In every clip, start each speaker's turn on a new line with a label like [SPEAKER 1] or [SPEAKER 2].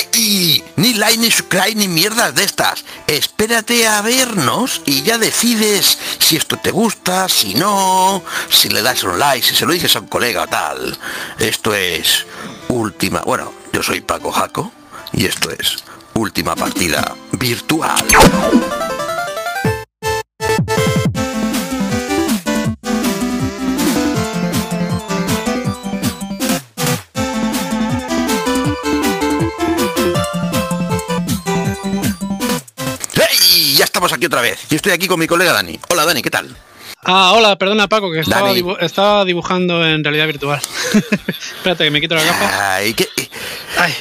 [SPEAKER 1] aquí, ni like, ni subscribe, ni mierdas de estas. Espérate a vernos y ya decides si esto te gusta, si no, si le das un like, si se lo dices a un colega o tal. Esto es última... Bueno, yo soy Paco Jaco y esto es última partida virtual. ¡Hey! Ya estamos aquí otra vez. Yo estoy aquí con mi colega Dani. Hola Dani, ¿qué tal?
[SPEAKER 2] Ah, hola, perdona Paco, que estaba,
[SPEAKER 1] Dani.
[SPEAKER 2] dibu- estaba dibujando en realidad virtual. Espérate, que me quito la capa.
[SPEAKER 1] Ay, qué... eh,
[SPEAKER 2] Ay.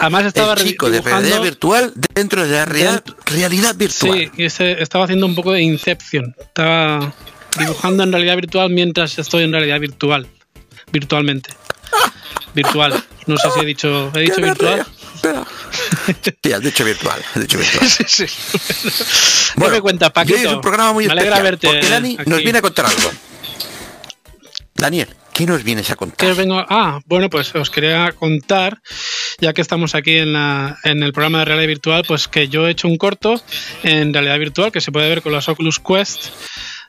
[SPEAKER 2] Además estaba
[SPEAKER 1] el
[SPEAKER 2] re-
[SPEAKER 1] chico de
[SPEAKER 2] dibujando-
[SPEAKER 1] realidad virtual dentro de la real- realidad virtual.
[SPEAKER 2] Sí, y ese- estaba haciendo un poco de Inception. Estaba dibujando en realidad virtual mientras estoy en realidad virtual. Virtualmente. Virtual. No sé si he dicho. ¿He dicho
[SPEAKER 1] Que me
[SPEAKER 2] virtual?
[SPEAKER 1] río. Espera. Sí, has dicho virtual. Has dicho virtual.
[SPEAKER 2] Sí, sí. Bueno, me cuentas,
[SPEAKER 1] y hoy
[SPEAKER 2] Paquito?
[SPEAKER 1] es un programa muy
[SPEAKER 2] me alegra
[SPEAKER 1] especial,
[SPEAKER 2] verte.
[SPEAKER 1] porque Dani
[SPEAKER 2] aquí.
[SPEAKER 1] nos viene a contar algo. Daniel, ¿qué nos vienes a
[SPEAKER 2] ¿Qué
[SPEAKER 1] contar?
[SPEAKER 2] os vengo? Ah, bueno, pues os quería contar, ya que estamos aquí en, la- en el programa de realidad virtual, pues que yo he hecho un corto en realidad virtual que se puede ver con las Oculus Quest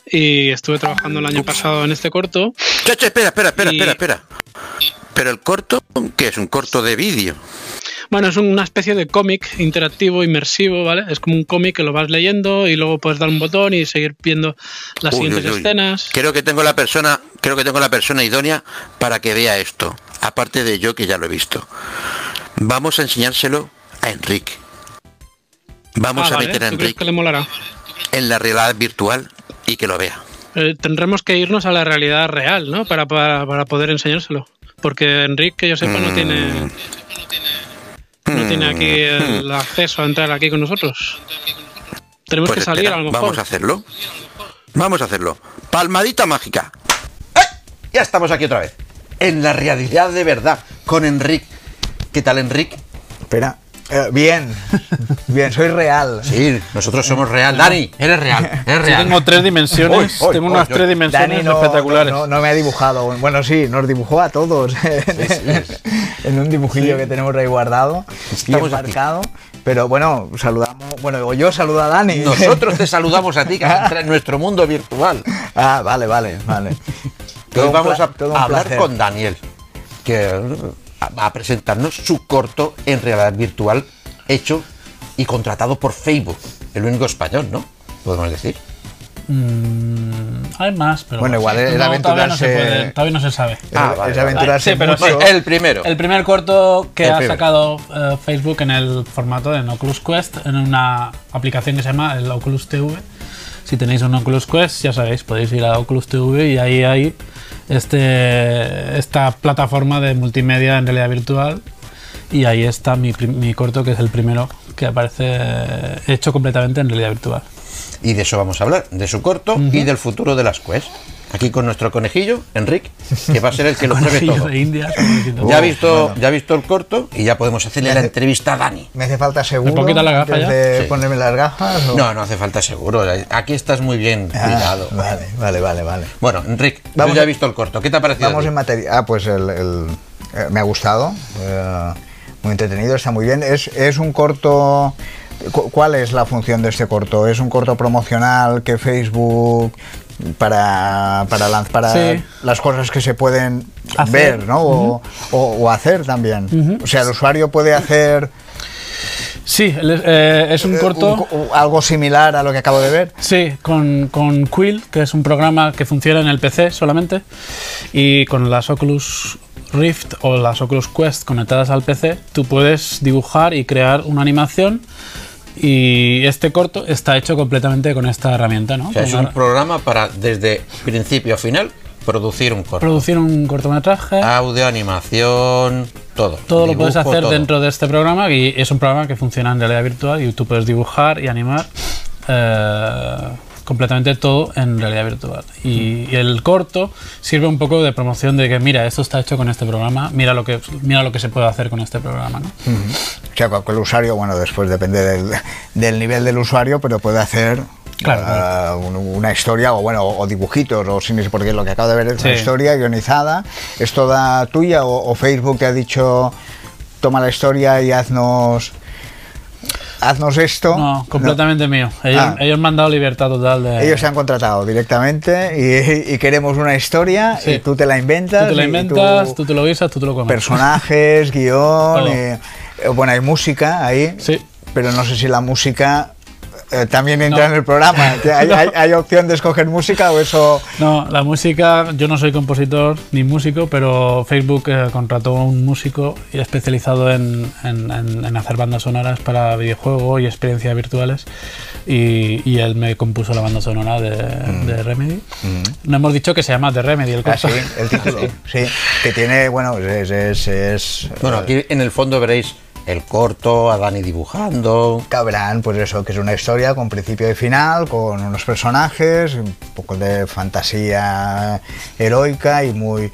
[SPEAKER 2] y estuve trabajando el año pasado en este corto.
[SPEAKER 1] Che, che, espera, espera, espera,
[SPEAKER 2] Y-
[SPEAKER 1] espera, espera. Pero el corto, que es un corto de vídeo.
[SPEAKER 2] Bueno, es una especie de cómic interactivo, inmersivo, ¿vale? Es como un cómic que lo vas leyendo y luego puedes dar un botón y seguir viendo las
[SPEAKER 1] Uy,
[SPEAKER 2] siguientes
[SPEAKER 1] uy, uy.
[SPEAKER 2] escenas.
[SPEAKER 1] Creo que tengo la persona, creo que tengo la persona idónea para que vea esto. Aparte de yo que ya lo he visto. Vamos a enseñárselo a Enrique. Vamos
[SPEAKER 2] Ah,
[SPEAKER 1] a
[SPEAKER 2] vale,
[SPEAKER 1] meter a
[SPEAKER 2] ¿tú crees
[SPEAKER 1] Enrique
[SPEAKER 2] que le molará?
[SPEAKER 1] en la realidad virtual y que lo vea.
[SPEAKER 2] Eh, tendremos que irnos a la realidad real, ¿no? Para, para, para poder enseñárselo. Porque Enrique, que yo sepa, no tiene. No tiene aquí el acceso a entrar aquí con nosotros. Tenemos
[SPEAKER 1] Pues
[SPEAKER 2] que salir
[SPEAKER 1] espera,
[SPEAKER 2] a lo mejor.
[SPEAKER 1] vamos a hacerlo. Vamos a hacerlo. Palmadita mágica.
[SPEAKER 3] Ya estamos aquí otra vez. En la realidad de verdad. Con Enric. ¿Qué tal, Enric?
[SPEAKER 4] Espera. Eh, bien. Bien, soy real.
[SPEAKER 3] Sí, nosotros somos real. Dani, eres real. Eres
[SPEAKER 5] Yo
[SPEAKER 3] real.
[SPEAKER 5] tengo tres dimensiones,
[SPEAKER 3] Uy, uy,
[SPEAKER 5] tengo
[SPEAKER 3] uy,
[SPEAKER 5] unas
[SPEAKER 3] uy.
[SPEAKER 5] tres dimensiones
[SPEAKER 4] Dani no,
[SPEAKER 5] espectaculares.
[SPEAKER 4] No, no me ha dibujado. Bueno, sí, nos dibujó a todos en un dibujillo que tenemos ahí guardado
[SPEAKER 3] Estamos
[SPEAKER 4] y
[SPEAKER 3] aquí.
[SPEAKER 4] embarcado. Pero bueno, saludamos. Bueno, o yo saludo a Dani.
[SPEAKER 3] Nosotros te saludamos a ti, que has entrado en nuestro mundo virtual.
[SPEAKER 4] ah, vale, vale, vale.
[SPEAKER 3] Hoy
[SPEAKER 4] un
[SPEAKER 3] vamos
[SPEAKER 4] pla-
[SPEAKER 3] a
[SPEAKER 4] todo un
[SPEAKER 3] hablar
[SPEAKER 4] placer.
[SPEAKER 3] con Daniel, que va a presentarnos su corto en realidad virtual hecho y contratado por Facebook. El único español, ¿no? Podemos decir.
[SPEAKER 5] Hay más, pero
[SPEAKER 4] Bueno, igual el
[SPEAKER 5] no, todavía no se
[SPEAKER 4] aventurarse-
[SPEAKER 5] puede, todavía no se sabe.
[SPEAKER 3] Ah,
[SPEAKER 4] es,
[SPEAKER 3] vale,
[SPEAKER 4] es
[SPEAKER 3] vale.
[SPEAKER 4] aventurarse
[SPEAKER 5] Sí, pero
[SPEAKER 4] mucho.
[SPEAKER 5] sí.
[SPEAKER 3] El primero.
[SPEAKER 5] El primer corto que
[SPEAKER 3] El
[SPEAKER 5] ha
[SPEAKER 3] primero.
[SPEAKER 5] sacado eh, Facebook en el formato de Oculus Quest, en una aplicación que se llama el Oculus TV. Si tenéis un Oculus Quest, ya sabéis, podéis ir a Oculus TV y ahí hay este, esta plataforma de multimedia en realidad virtual. Y ahí está mi, prim- mi corto, que es el primero que aparece eh, hecho completamente en realidad virtual.
[SPEAKER 3] Y de eso vamos a hablar, de su corto y del futuro de las Quest. Aquí con nuestro conejillo, Enric, que va a ser el que lo pruebe
[SPEAKER 5] Conejillo
[SPEAKER 3] todo.
[SPEAKER 5] de India. como diciendo,
[SPEAKER 3] Ya ha visto, ya ha visto el corto y ya podemos hacerle la entrevista a Dani.
[SPEAKER 4] Me hace falta seguro.
[SPEAKER 5] puedo quitar la gafa
[SPEAKER 4] antes
[SPEAKER 5] ya?
[SPEAKER 4] de
[SPEAKER 3] Sí.
[SPEAKER 4] ponerme las gafas? o-
[SPEAKER 3] No, no hace falta seguro. Aquí estás muy bien
[SPEAKER 4] Oh. Ah,
[SPEAKER 3] cuidado.
[SPEAKER 4] Vale, vale, vale, vale.
[SPEAKER 3] Bueno, Enric, yo
[SPEAKER 4] Vamos
[SPEAKER 3] ya he
[SPEAKER 4] a-
[SPEAKER 3] visto el corto. ¿Qué te ha parecido?
[SPEAKER 4] Vamos
[SPEAKER 3] a ti?
[SPEAKER 4] en materia. Ah, pues el, el- eh, me ha gustado. eh, muy entretenido, está muy bien. Es, es un corto. cu- ¿Cuál es la función de este corto? ¿Es un corto promocional que Facebook para para, lan- para
[SPEAKER 5] Sí.
[SPEAKER 4] las cosas que se pueden
[SPEAKER 5] Hacer.
[SPEAKER 4] ver ¿no? o, o- o hacer también? O sea, el usuario puede hacer
[SPEAKER 5] Sí, el- eh, es un
[SPEAKER 4] eh,
[SPEAKER 5] corto.
[SPEAKER 4] un co- algo similar a lo que acabo de ver.
[SPEAKER 5] Sí, con, con Quill, que es un programa que funciona en el PC solamente, y con las Oculus Rift o las Oculus Quest conectadas al PC, tú puedes dibujar y crear una animación. Y este corto está hecho completamente con esta herramienta, ¿no?
[SPEAKER 3] O sea, es
[SPEAKER 5] Con
[SPEAKER 3] un
[SPEAKER 5] la-
[SPEAKER 3] programa para, desde principio a final, producir un corto.
[SPEAKER 5] producir un cortometraje.
[SPEAKER 3] Audio, animación, todo.
[SPEAKER 5] Todo
[SPEAKER 3] Dibujo,
[SPEAKER 5] lo puedes hacer
[SPEAKER 3] todo.
[SPEAKER 5] dentro de este programa y es un programa que funciona en realidad virtual y tú puedes dibujar y animar eh, completamente todo en realidad virtual. Y, y el corto sirve un poco de promoción de que mira, esto está hecho con este programa, mira lo que, mira lo que se puede hacer con este programa. ¿no?
[SPEAKER 4] O sea, con el usuario, bueno, después depende del, del nivel del usuario, pero puede hacer
[SPEAKER 5] Claro,
[SPEAKER 4] eh, un- una historia o bueno, o dibujitos o sin porque lo que acabo de ver es una
[SPEAKER 5] Sí.
[SPEAKER 4] historia guionizada. ¿Es toda tuya o, o Facebook te ha dicho toma la historia y haznos haznos esto.
[SPEAKER 5] No, completamente mío. Ellos,
[SPEAKER 4] Ah.
[SPEAKER 5] ellos me han dado libertad total de...
[SPEAKER 4] Ellos se han contratado directamente y, y queremos una historia
[SPEAKER 5] Sí.
[SPEAKER 4] y tú te la inventas.
[SPEAKER 5] tú te la
[SPEAKER 4] y
[SPEAKER 5] inventas,
[SPEAKER 4] tú-
[SPEAKER 5] tú te lo guisas, tú te lo comes.
[SPEAKER 4] Personajes, guión.
[SPEAKER 5] Todo.
[SPEAKER 4] eh, eh, bueno, hay música ahí,
[SPEAKER 5] Sí.
[SPEAKER 4] pero no sé si la música eh, también entra
[SPEAKER 5] No.
[SPEAKER 4] en el programa. ¿Hay,
[SPEAKER 5] No.
[SPEAKER 4] hay- hay opción de escoger música o eso?
[SPEAKER 5] No, la música, yo no soy compositor ni músico, pero Facebook eh, contrató a un músico especializado en, en- en- en hacer bandas sonoras para videojuegos y experiencias virtuales. Y, y él me compuso la banda sonora de, de Remedy. No hemos dicho que se llama The Remedy el
[SPEAKER 4] Ah,
[SPEAKER 5] corto.
[SPEAKER 4] sí, el título. Sí, que tiene, bueno, es. es, es-
[SPEAKER 3] Bueno, aquí en el fondo veréis el corto, a Dani dibujando.
[SPEAKER 4] Cabrán, pues eso, que es una historia con principio y final, con unos personajes, un poco de fantasía heroica y muy,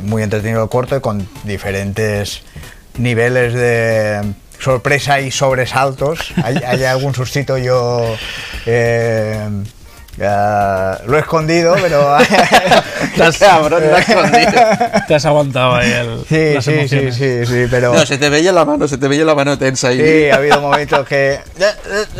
[SPEAKER 4] muy entretenido el corto y con diferentes niveles de sorpresa y sobresaltos. Hay, hay algún sustito yo... eh, eh, lo he escondido, pero...
[SPEAKER 3] Cabrón, lo has escondido.
[SPEAKER 5] Te has aguantado ahí el,
[SPEAKER 4] sí,
[SPEAKER 5] las
[SPEAKER 4] sí, sí,
[SPEAKER 5] emociones.
[SPEAKER 4] sí, sí, pero...
[SPEAKER 3] No, se te veía la mano, se te veía la mano tensa ahí.
[SPEAKER 4] Sí, ha habido momentos que...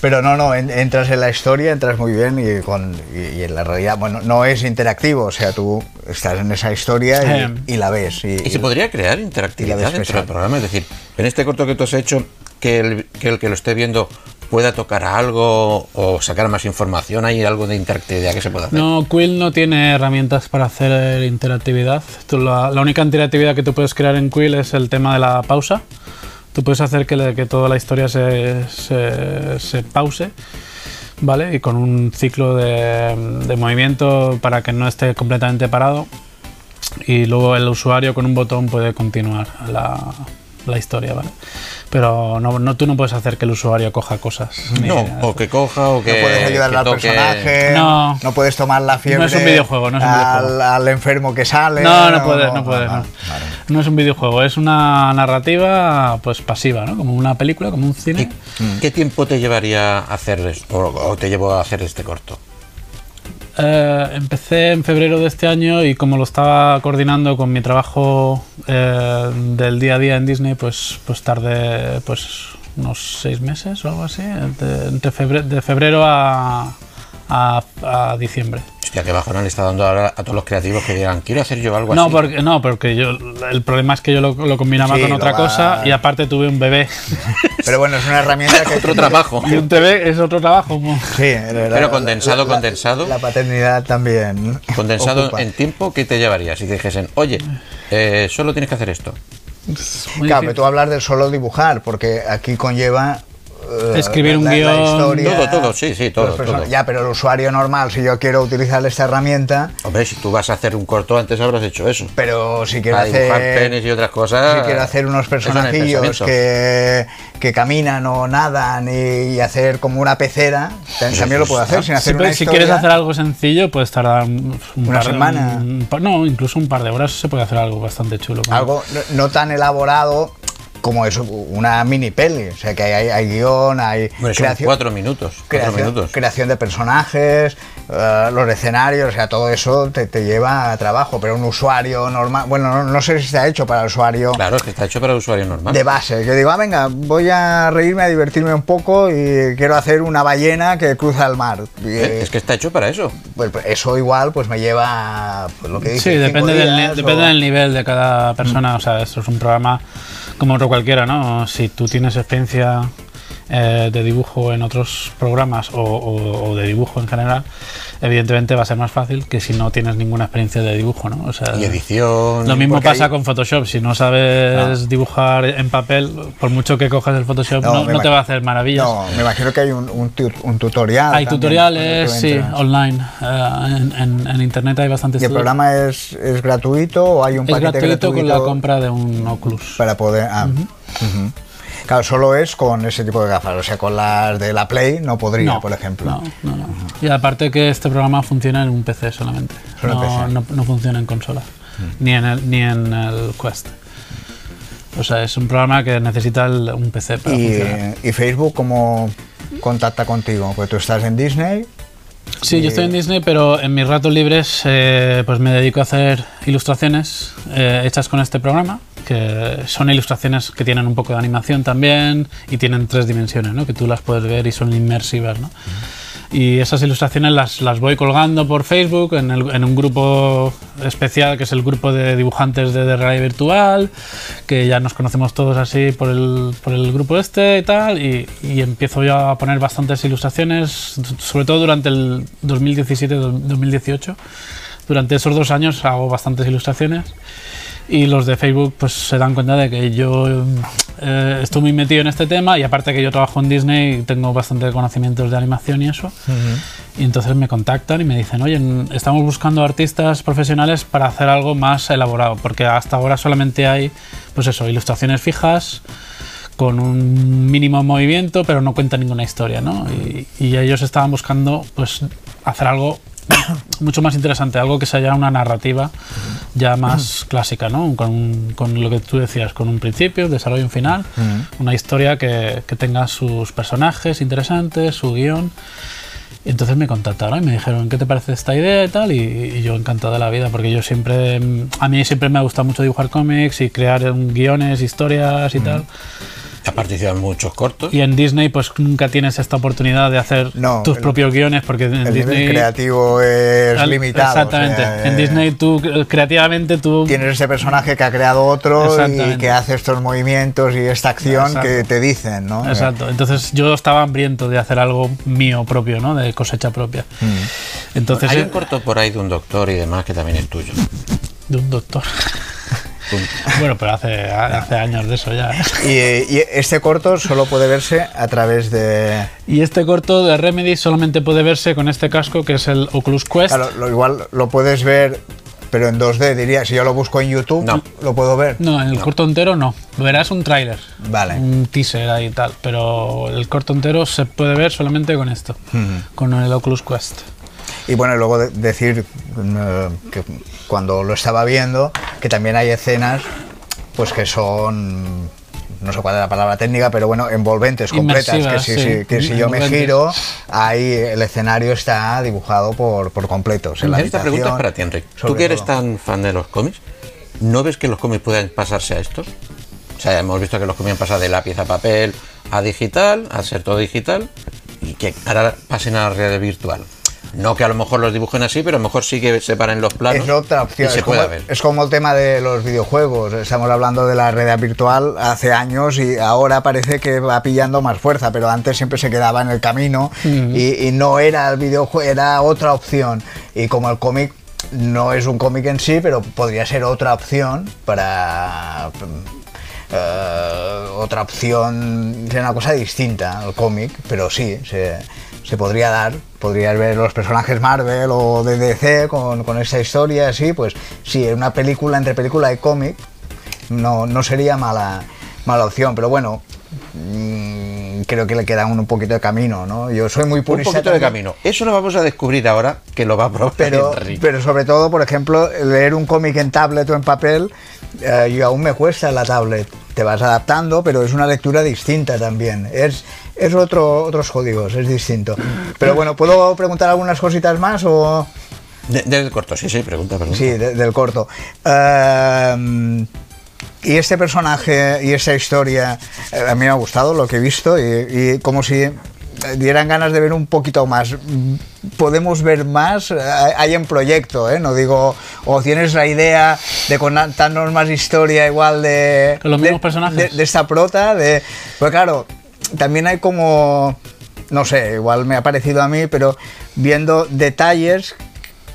[SPEAKER 4] Pero no, no, en- entras en la historia, entras muy bien y, con, y, y en la realidad, bueno, no es interactivo, o sea, tú estás en esa historia
[SPEAKER 5] Em.
[SPEAKER 4] y, y la ves. Y,
[SPEAKER 3] Y se podría crear
[SPEAKER 4] Y la
[SPEAKER 3] interactividad
[SPEAKER 4] ves
[SPEAKER 3] dentro del
[SPEAKER 4] pesado.
[SPEAKER 3] programa, es decir, en este corto que tú has hecho, que el que, el que lo esté viendo pueda tocar algo o sacar más información, hay algo de interactividad que se pueda hacer.
[SPEAKER 5] No, Quill no tiene herramientas para hacer interactividad. Tú la, la única interactividad que tú puedes crear en Quill es el tema de la pausa. Tú puedes hacer que, le- que toda la historia se, se- se pause, ¿vale? Y con un ciclo de, de movimiento para que no esté completamente parado. Y luego el usuario con un botón puede continuar la, la historia, ¿vale? Pero no, no- tú no puedes hacer que el usuario coja cosas. ni-
[SPEAKER 3] No, o que coja o que.
[SPEAKER 4] no puedes ayudar
[SPEAKER 3] que
[SPEAKER 4] al
[SPEAKER 3] toque.
[SPEAKER 4] personaje,
[SPEAKER 5] No.
[SPEAKER 4] no. puedes tomar la fiebre
[SPEAKER 5] No es un videojuego, no es un
[SPEAKER 4] al,
[SPEAKER 5] videojuego.
[SPEAKER 4] al enfermo que sale.
[SPEAKER 5] No, no puede, no puede,
[SPEAKER 4] vale,
[SPEAKER 5] no.
[SPEAKER 4] vale.
[SPEAKER 5] No es un videojuego, es una narrativa pues pasiva, ¿no? Como una película, como un cine.
[SPEAKER 3] Mm. ¿Qué tiempo te llevaría a hacer es- o, o te llevó a hacer este corto?
[SPEAKER 5] Eh, empecé en febrero de este año y como lo estaba coordinando con mi trabajo eh, del día a día en Disney, pues, pues tardé pues unos seis meses o algo así, de, entre febre- de febrero a, a- a diciembre.
[SPEAKER 3] Hostia, que bajo no le está dando ahora a todos los creativos que digan, quiero hacer yo algo
[SPEAKER 5] No
[SPEAKER 3] así.
[SPEAKER 5] porque, no, porque yo el problema es que yo lo, lo combinaba
[SPEAKER 4] Sí,
[SPEAKER 5] con
[SPEAKER 4] lo
[SPEAKER 5] otra
[SPEAKER 4] va-
[SPEAKER 5] cosa y aparte tuve un bebé.
[SPEAKER 4] Pero bueno, es una herramienta que...
[SPEAKER 3] Otro trabajo.
[SPEAKER 5] y un bebé es otro trabajo. ¿no?
[SPEAKER 4] Sí, la- la-
[SPEAKER 3] Pero condensado,
[SPEAKER 4] la- la-
[SPEAKER 3] condensado.
[SPEAKER 4] La paternidad también.
[SPEAKER 3] Condensado
[SPEAKER 4] ocupa.
[SPEAKER 3] en tiempo, ¿qué te llevaría? Si te dijesen, oye, eh, solo tienes que hacer esto.
[SPEAKER 5] Muy
[SPEAKER 4] Claro,
[SPEAKER 5] difícil.
[SPEAKER 4] pero tú hablar de solo dibujar, porque aquí conlleva. eh,
[SPEAKER 5] Escribir un
[SPEAKER 4] la- la
[SPEAKER 5] guión.
[SPEAKER 4] historia,
[SPEAKER 3] Todo, todo, sí, sí, todo,
[SPEAKER 4] los person-
[SPEAKER 3] todo.
[SPEAKER 4] Ya, pero el usuario normal, si yo quiero utilizar esta herramienta,
[SPEAKER 3] Hombre, si tú vas a hacer un corto, antes habrás hecho eso.
[SPEAKER 4] pero si quiero
[SPEAKER 3] Para
[SPEAKER 4] hacer.
[SPEAKER 3] dibujar penes y otras cosas.
[SPEAKER 4] si quiero hacer unos
[SPEAKER 3] eso en el
[SPEAKER 4] personajillos
[SPEAKER 3] pensamiento.
[SPEAKER 4] que, que caminan o nadan y, y hacer como una pecera, tam- también lo puedo hacer sin hacer
[SPEAKER 5] Ah, Sí,
[SPEAKER 4] una
[SPEAKER 5] pero si
[SPEAKER 4] historia.
[SPEAKER 5] quieres hacer algo sencillo, puedes tardar un, un
[SPEAKER 4] Una
[SPEAKER 5] par de-
[SPEAKER 4] semana.
[SPEAKER 5] un par- no, incluso un par de horas se puede hacer algo bastante chulo. con-
[SPEAKER 4] algo no- no tan elaborado como es una mini peli, o sea que hay, hay- hay guión, hay
[SPEAKER 3] Hombre, son
[SPEAKER 4] creación.
[SPEAKER 3] cuatro minutos. Cuatro
[SPEAKER 4] creación,
[SPEAKER 3] minutos.
[SPEAKER 4] creación de personajes, eh, los escenarios, o sea, todo eso te, te lleva a trabajo, pero un usuario normal, bueno, no, no sé si está hecho para el usuario
[SPEAKER 3] Claro, es que está hecho para el usuario normal.
[SPEAKER 4] de base. Yo digo, ah, venga, voy a reírme, a divertirme un poco y quiero hacer una ballena que cruza el mar. Y,
[SPEAKER 3] ¿Eh? Es que está hecho para eso.
[SPEAKER 4] pues, eso igual pues me lleva pues, lo que dice.
[SPEAKER 5] Sí, depende,
[SPEAKER 4] cinco
[SPEAKER 5] del, ni-
[SPEAKER 4] días
[SPEAKER 5] depende
[SPEAKER 4] o-
[SPEAKER 5] del nivel de cada persona. O sea, esto es un programa como otro cualquiera, ¿no? Si tú tienes experiencia eh, de dibujo en otros programas o, o- o de dibujo en general, evidentemente va a ser más fácil que si no tienes ninguna experiencia de dibujo, ¿no? O sea,
[SPEAKER 4] Ah.
[SPEAKER 3] Y edición.
[SPEAKER 5] Lo mismo
[SPEAKER 3] porque
[SPEAKER 5] pasa
[SPEAKER 3] hay-
[SPEAKER 5] con Photoshop. Si no
[SPEAKER 4] Ah.
[SPEAKER 5] sabes dibujar en papel, por mucho que cojas el Photoshop, no,
[SPEAKER 4] me
[SPEAKER 5] no te
[SPEAKER 4] imag-
[SPEAKER 5] va a hacer maravillas.
[SPEAKER 4] No, me imagino que hay un, un tu- un tutorial.
[SPEAKER 5] Hay
[SPEAKER 4] Ah, también,
[SPEAKER 5] tutoriales,
[SPEAKER 4] cuando tú
[SPEAKER 5] sí,
[SPEAKER 4] entras.
[SPEAKER 5] online. eh, en, en- en internet hay bastantes
[SPEAKER 4] ¿Y el
[SPEAKER 5] tutoriales.
[SPEAKER 4] programa es, es gratuito o hay un
[SPEAKER 5] es
[SPEAKER 4] paquete
[SPEAKER 5] gratuito
[SPEAKER 4] gratuito?
[SPEAKER 5] con la compra de un Oculus.
[SPEAKER 4] Para poder. ah, ujú. Claro, solo es con ese tipo de gafas. O sea, con las de la Play no podría, por ejemplo.
[SPEAKER 5] No, no, no. Y aparte que este programa funciona en un PC solamente.
[SPEAKER 4] Solo en Mm.
[SPEAKER 5] no,
[SPEAKER 4] PC.
[SPEAKER 5] No, no funciona en consola. Ni, en el, ni en el Quest. O sea, es un programa que necesita el- un PC para
[SPEAKER 4] Y,
[SPEAKER 5] funcionar.
[SPEAKER 4] y Facebook cómo contacta contigo? Pues tú estás en Disney.
[SPEAKER 5] Sí, yo estoy en Disney, pero en mis ratos libres eh, pues me dedico a hacer ilustraciones eh, hechas con este programa, que son ilustraciones que tienen un poco de animación también y tienen tres dimensiones, ¿no? que tú las puedes ver y son inmersivas. ¿no? Y esas ilustraciones las, las voy colgando por Facebook en, el- en un grupo especial que es el grupo de dibujantes de, de realidad virtual, que ya nos conocemos todos así por el, por el grupo este y tal. Y, y empiezo yo a poner bastantes ilustraciones, sobre todo durante el 2017-2018. Durante esos dos años hago bastantes ilustraciones y los de Facebook pues se dan cuenta de que yo eh, estoy muy metido en este tema y aparte que yo trabajo en Disney y tengo bastante conocimientos de animación y eso y entonces me contactan y me dicen oye n- estamos buscando artistas profesionales para hacer algo más elaborado porque hasta ahora solamente hay pues eso ilustraciones fijas con un mínimo movimiento, pero no cuenta ninguna historia, ¿no? Y, y ellos estaban buscando, pues, hacer algo mucho más interesante, algo que sea una narrativa ya más clásica, ¿no? Con, con lo que tú decías, con un principio, desarrollo, un final, una historia que, que tenga sus personajes interesantes, su guión. Y entonces me contactaron y me dijeron, ¿qué te parece esta idea y tal? Y, y yo encantado de la vida, porque yo siempre, mm, a mí siempre me ha gustado mucho dibujar cómics y crear mm, guiones, historias y tal.
[SPEAKER 3] Ha participado en muchos cortos.
[SPEAKER 5] Y en Disney pues nunca tienes esta oportunidad de hacer
[SPEAKER 4] No,
[SPEAKER 5] tus
[SPEAKER 4] el-
[SPEAKER 5] propios guiones porque en
[SPEAKER 4] El
[SPEAKER 5] Disney...
[SPEAKER 4] nivel creativo es
[SPEAKER 5] al-
[SPEAKER 4] limitado. o sea,
[SPEAKER 5] Exactamente.
[SPEAKER 4] eh,
[SPEAKER 5] en Disney tú eh, creativamente tú...
[SPEAKER 4] Tienes ese personaje que ha creado otro y
[SPEAKER 5] Exactamente.
[SPEAKER 4] que hace estos movimientos y esta acción
[SPEAKER 5] Exacto.
[SPEAKER 4] que te dicen, ¿no? Eh,
[SPEAKER 5] Exacto. Entonces yo estaba hambriento de hacer algo mío propio, ¿no? De cosecha propia.
[SPEAKER 4] Mm.
[SPEAKER 5] Entonces...
[SPEAKER 3] Hay
[SPEAKER 5] eh,
[SPEAKER 3] un corto por ahí de un doctor y demás que también es tuyo.
[SPEAKER 5] De un doctor. bueno, pero hace, hace años de eso ya. ¿eh?
[SPEAKER 4] Y, y este corto solo puede verse a través de...
[SPEAKER 5] Y este corto de Remedy solamente puede verse con este casco que es el Oculus Quest.
[SPEAKER 4] Claro, lo, igual lo puedes ver, pero en 2D, diría. Si yo lo busco en YouTube,
[SPEAKER 3] No.
[SPEAKER 4] lo puedo ver.
[SPEAKER 5] No, Mm. el corto entero no. Verás un tráiler.
[SPEAKER 4] Vale.
[SPEAKER 5] Un teaser ahí y tal. Pero el corto entero se puede ver solamente con esto. Con el Oculus Quest.
[SPEAKER 4] Y bueno, y luego de- decir eh, que cuando lo estaba viendo, que también hay escenas pues que son no sé cuál es la palabra técnica, pero bueno, envolventes, completas, que
[SPEAKER 5] Inmersivas,
[SPEAKER 4] si,
[SPEAKER 5] sí,
[SPEAKER 4] si- que si yo me
[SPEAKER 5] envolventes.
[SPEAKER 4] giro, ahí el escenario está dibujado por, por completo. o sea, la
[SPEAKER 3] Esta pregunta es
[SPEAKER 4] habitación,
[SPEAKER 3] para ti, Enrique. Tú
[SPEAKER 4] sobre
[SPEAKER 3] que eres
[SPEAKER 4] todo.
[SPEAKER 3] tan fan de los cómics, ¿no ves que los cómics pueden pasarse a estos? O sea, hemos visto que los cómics han pasado de lápiz a papel a digital, a ser todo digital, y que ahora pasen a la realidad virtual. No que a lo mejor los dibujen así, pero a lo mejor sí que separen los planos.
[SPEAKER 4] Es la otra opción.
[SPEAKER 3] Y se
[SPEAKER 4] es, como,
[SPEAKER 3] pueda ver.
[SPEAKER 4] es como el tema de los videojuegos. Estamos hablando de la realidad virtual hace años y ahora parece que va pillando más fuerza, pero antes siempre se quedaba en el camino y, y no era el videojuego, era otra opción. Y como el cómic no es un cómic en sí, pero podría ser otra opción para. eh, otra opción, sería una cosa distinta al cómic, pero sí, se, se podría dar. Podrías ver los personajes Marvel o de DC con, con esta historia, así, pues sí, en una película entre película y cómic no, no sería mala, mala opción, pero bueno, mm, creo que le queda aún un poquito de camino, ¿no? Yo soy muy
[SPEAKER 3] Un
[SPEAKER 4] purista.
[SPEAKER 3] poquito de
[SPEAKER 4] también,
[SPEAKER 3] camino. Eso lo vamos a descubrir ahora, que lo va a probar
[SPEAKER 4] Pero,
[SPEAKER 3] Enric.
[SPEAKER 4] pero sobre todo, por ejemplo, leer un cómic en tablet o en papel, eh, yo aún me cuesta la tablet. Te vas adaptando, pero es una lectura distinta también. Es, es otro, otros códigos, es distinto. Pero bueno, ¿puedo preguntar algunas cositas más o...?
[SPEAKER 3] De- del corto, sí, sí, pregunta, pregunta.
[SPEAKER 4] Sí, de- del corto. Ehm, y este personaje y esta historia, eh, a mí me ha gustado lo que he visto y, y como si eh, dieran ganas de ver un poquito más. Mm, Podemos ver más, eh, hay en proyecto, ¿eh? no digo, o tienes la idea de contarnos más historia igual de...
[SPEAKER 5] Con los
[SPEAKER 4] de-
[SPEAKER 5] mismos personajes.
[SPEAKER 4] de- de esta prota, de... Pues claro, también hay como... No sé, igual me ha parecido a mí, pero viendo detalles